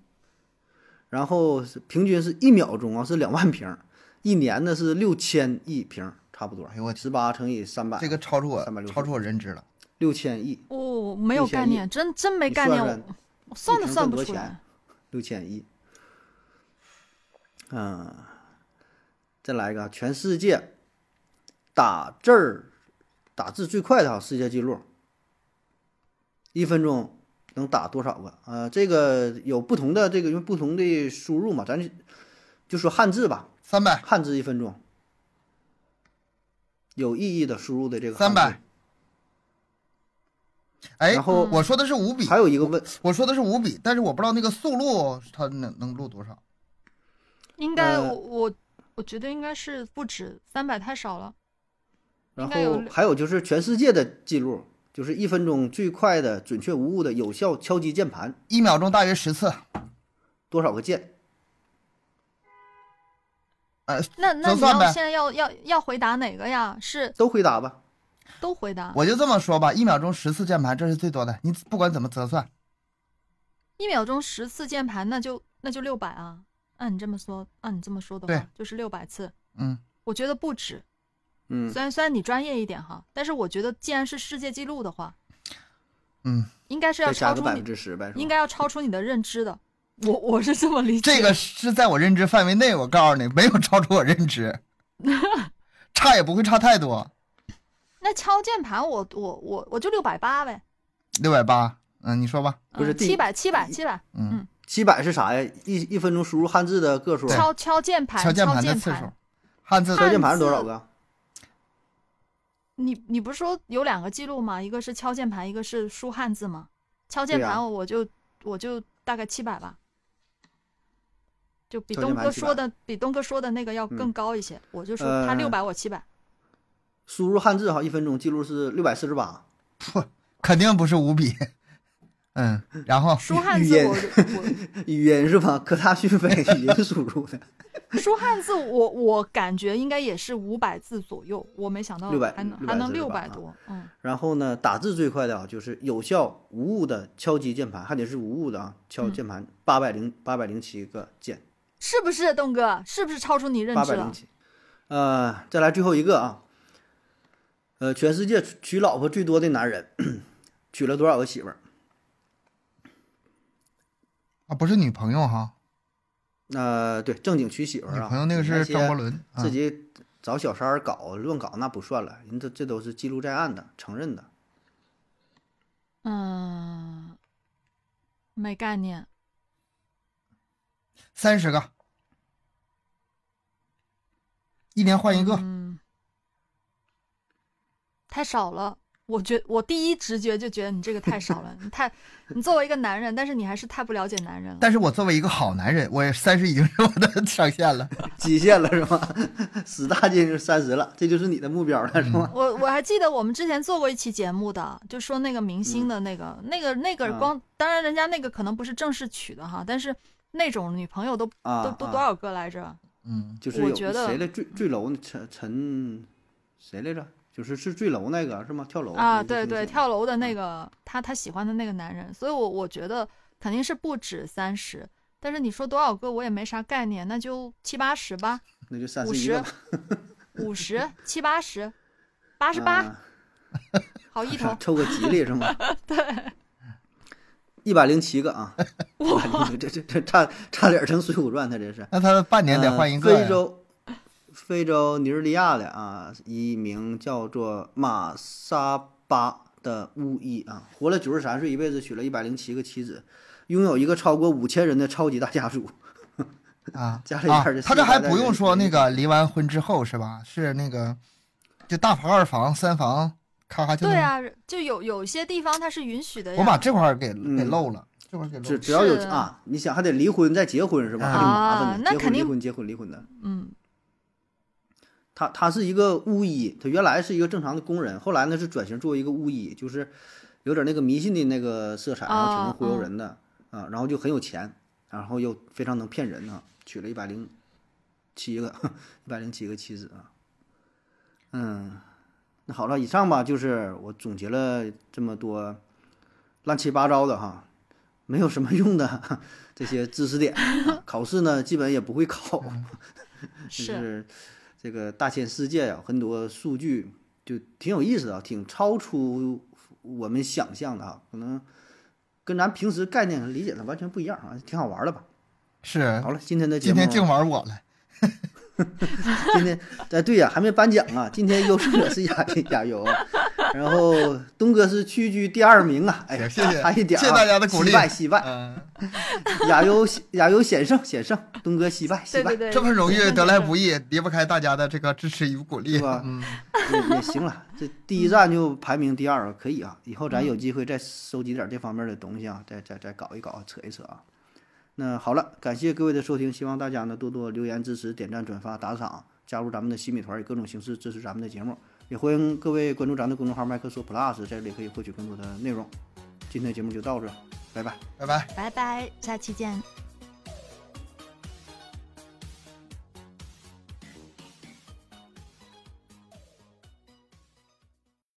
S1: 然后是平均是一秒钟啊是两万瓶，一年呢是六千亿瓶，差不多。
S2: 哎呦我天
S1: 十八乘以三百，
S2: 这个超出我
S1: 360
S2: 超出我认知了。
S1: 六千亿，
S3: 哦，没有
S1: 一千
S3: 概
S1: 亿
S3: 念，真真没
S1: 你
S3: 概
S1: 算
S3: 念，
S1: 算
S3: 我
S1: 一
S3: 我算都
S1: 瓶
S3: 算
S1: 挣
S3: 不
S1: 多
S3: 出
S1: 钱
S3: 来。
S1: 六千亿。嗯，再来一个啊，全世界打字儿打字最快的哈世界纪录，一分钟能打多少个？呃，这个有不同的这个，因为不同的输入嘛，咱就就说汉字吧，
S2: 三百
S1: 汉字一分钟，有意义的输入的这个汉
S2: 三
S1: 字
S2: 百，哎
S1: 然，后
S2: 我说的是五笔，
S1: 还有一个问，
S2: 我说的是五笔，但是我不知道那个速录它能能录多少。
S3: 应该
S1: 呃
S3: 我我我觉得应该是不止三百太少了，
S1: 然
S3: 应该有
S1: 后还有就是全世界的记录，就是一分钟最快的、准确无误的有效敲击键盘
S2: 一秒钟大约十次，
S1: 多少个键？
S2: 呃，
S3: 那那
S2: 能
S3: 你
S2: 算
S3: 要
S2: 呗
S3: 现在要要要回答哪个呀？是
S1: 都回答吧。
S3: 都回答，
S2: 我就这么说吧，一秒钟十次键盘，这是最多的。你不管怎么折算，
S3: 一秒钟十次键盘，那就那就六百啊。按你这么说，按你这么说的
S2: 对
S3: 话，就是六百次。
S2: 嗯，
S3: 我觉得不止，
S1: 嗯，
S3: 虽然虽然你专业一点哈，但是我觉得既然是世界纪录的话，
S2: 嗯，
S3: 应该是要
S1: 再加
S3: 超
S1: 个
S3: 出
S1: 百分
S3: 你，
S1: 之十呗，是吧
S3: 应该要超出你的认知的。我我是这么理解。
S2: 这个是在我认知范围内，
S1: [laughs]
S2: 我告诉你，没有超出我认知，差也不会差太多。
S3: 那敲键盘我，我我我就六百八呗，
S2: 六百八，嗯，你说吧，
S1: 不是第
S3: 七百七百七百，
S2: 嗯，
S1: 七百是啥呀？一一分钟输入汉字的个数，
S3: 敲敲键盘，
S2: 敲键
S3: 盘
S2: 的次数，汉字
S1: 敲键盘是多少个？
S3: 你你不是说有两个记录吗？一个是敲键盘，一个是输汉字吗？敲键
S1: 对呀
S3: 盘我就、我就大概七百吧，就比
S1: 敲
S3: 东
S1: 键盘
S3: 哥
S1: 700
S3: 说的比东哥说的那个要更高一些。我就说他
S1: 呃
S3: 六百，我七百。
S1: 输入汉字哈，一分钟记录是六百四十八。
S2: 肯定不是五笔， [laughs] 嗯，然后
S3: 输汉
S1: 语
S3: 字
S1: 言
S3: 我就
S1: 语音是吧？科大讯飞语音输入的，
S3: 我输汉字我我感觉应该也是五百字左右，我没想到
S1: 600
S3: 还能
S1: 600
S3: 还能
S1: 字是
S3: 六
S1: 吧啊
S3: 百多，嗯，
S1: 然后呢，打字最快的啊，就是有效无误的敲击键盘，还得是无误的啊，
S3: 嗯
S1: 敲键盘八百零八百零七个键，
S3: 是不是东哥？是不是超出你认
S1: 八
S3: 知
S1: 百零
S3: 了？
S1: 七。呃，再来最后一个啊，呃，全世界娶娶老婆最多的男人，娶了多少个媳妇儿？
S2: 啊不是女朋友哈，
S1: 呃，对，正经娶媳妇
S2: 女
S1: 儿啊，
S2: 朋友那个
S1: 那
S2: 是
S1: 些
S2: 张伯伦，啊
S1: 自己找小三儿搞乱搞那不算了，人这这都是记录在案的，承认的。
S3: 嗯，没概念。
S2: 三十个，一年换一个，
S3: 嗯，太少了。我觉我第一直觉就觉得你这个太少了，你太， [laughs] 你作为一个男人，但是你还是太不了解男人了。
S2: 但是我作为一个好男人，我三十已经是我的上限了，
S1: 极限了是吧？ [laughs] 死大劲就是三十了，这就是你的目标了是吧？
S3: 我我还记得我们之前做过一期节目的，就说那个明
S1: 嗯
S3: 星的那个、那个那个
S1: 啊
S3: 光，当然人家那个可能不是正式娶的哈，但是那种女朋友都、
S1: 啊，
S3: 都都
S1: 啊
S3: 多少个来着？
S2: 嗯，
S1: 就是
S3: 我
S1: 有
S3: 觉得
S1: 谁来坠坠楼呢？陈陈谁来着？就是是坠楼那个是吗？跳楼
S3: 啊，
S1: 那个
S3: 对
S1: 明
S3: 对，
S1: 星
S3: 跳楼的那个他他喜欢的那个男人，所以我我觉得肯定是不止三十，但是你说多少个我也没啥概念，那就七八十吧，
S1: 那就三
S3: 五
S1: 十一
S3: 十
S1: 个吧， [laughs]
S3: 五十七八十，八十八，
S1: 啊，
S3: 好一
S1: [laughs]
S3: 头
S1: 凑个吉利是吗？对，一百零七个
S3: [laughs]
S1: 啊，107这这这差差点成《水浒传》，他这是。
S2: 那他半年得
S1: 呃
S2: 换一个呀
S1: 非洲，非洲尼日利亚的啊，一名叫做玛莎巴的巫医啊，活了九十三岁，一辈子娶了一百零七个妻子，拥有一个超过五千人的超级大家族。
S2: 啊
S1: 加了一
S2: 啊
S1: 半儿就，
S2: 他这
S1: 四
S2: 还
S1: 百单
S2: 不
S1: 人
S2: 用说那个离完婚之后是吧？是那个就大房、二房、三房，咔咔就
S3: 对
S2: 那
S3: 啊，就有有些地方它是允许的
S2: 我把
S3: 呀，
S2: 这块儿给
S1: 嗯
S2: 给漏了，这块儿给漏
S1: 只
S2: 了。
S1: 只要有
S3: 是
S1: 啊，你想还得离婚再结婚是吧？
S2: 啊
S1: 还挺麻烦的，
S3: 那
S1: 结
S3: 肯
S1: 婚
S3: 定
S1: 离婚结婚离婚的。
S3: 嗯，
S1: 他他是一个巫医，他原来是一个正常的工人，后来呢是转型做一个巫医，就是有点那个迷信的那个色彩，然啊后挺能忽悠人的啊，然后就很有钱，然后又非常能骗人啊，娶了一百零七个一百零七个妻子啊，嗯，那好了，以上吧就是我总结了这么多乱七八糟的哈，没有什么用的 [laughs] 这些知识点啊，考试呢基本也不会考。就是是这个大千世界呀、很多数据就挺有意思啊，挺超出我们想象的哈、啊可能跟咱平时概念和理解的完全不一样啊，挺好玩的吧？
S2: 是，
S1: 好了，今天的节
S2: 今
S1: 目，
S2: 天净玩我了。
S1: 今天哎对呀、还没颁奖啊，今天优胜者是亚 [laughs] 亚优啊，然后东哥是屈居第二名啊，哎呀，
S2: 行谢谢
S1: 差一点、啊，
S2: 谢谢大家的鼓励
S1: 惜败惜败，
S2: 嗯，
S1: 亚优亚优险胜险胜，东哥惜败惜
S3: 对
S1: 败
S3: 对，对，
S2: 这份荣誉
S3: 是
S2: 得来
S3: 是
S2: 不易，离不开大家的这个支持与鼓励。
S1: 是吧
S2: 嗯，
S1: 也也行了，这第一站就排名第二，可以啊。以后咱有机会再收集点这方面的东西啊，再再再搞一搞，扯一扯啊。那好了，感谢各位的收听，希望大家呢多多留言支持、点赞、转发、打赏，加入咱们的新米团，以各种形式支持咱们的节目。也欢迎各位关注咱的公众号麦克说 Plus，在这里可以获取更多的内容。今天节目就到这儿，拜拜。
S2: 拜拜。
S3: 拜拜，下期见。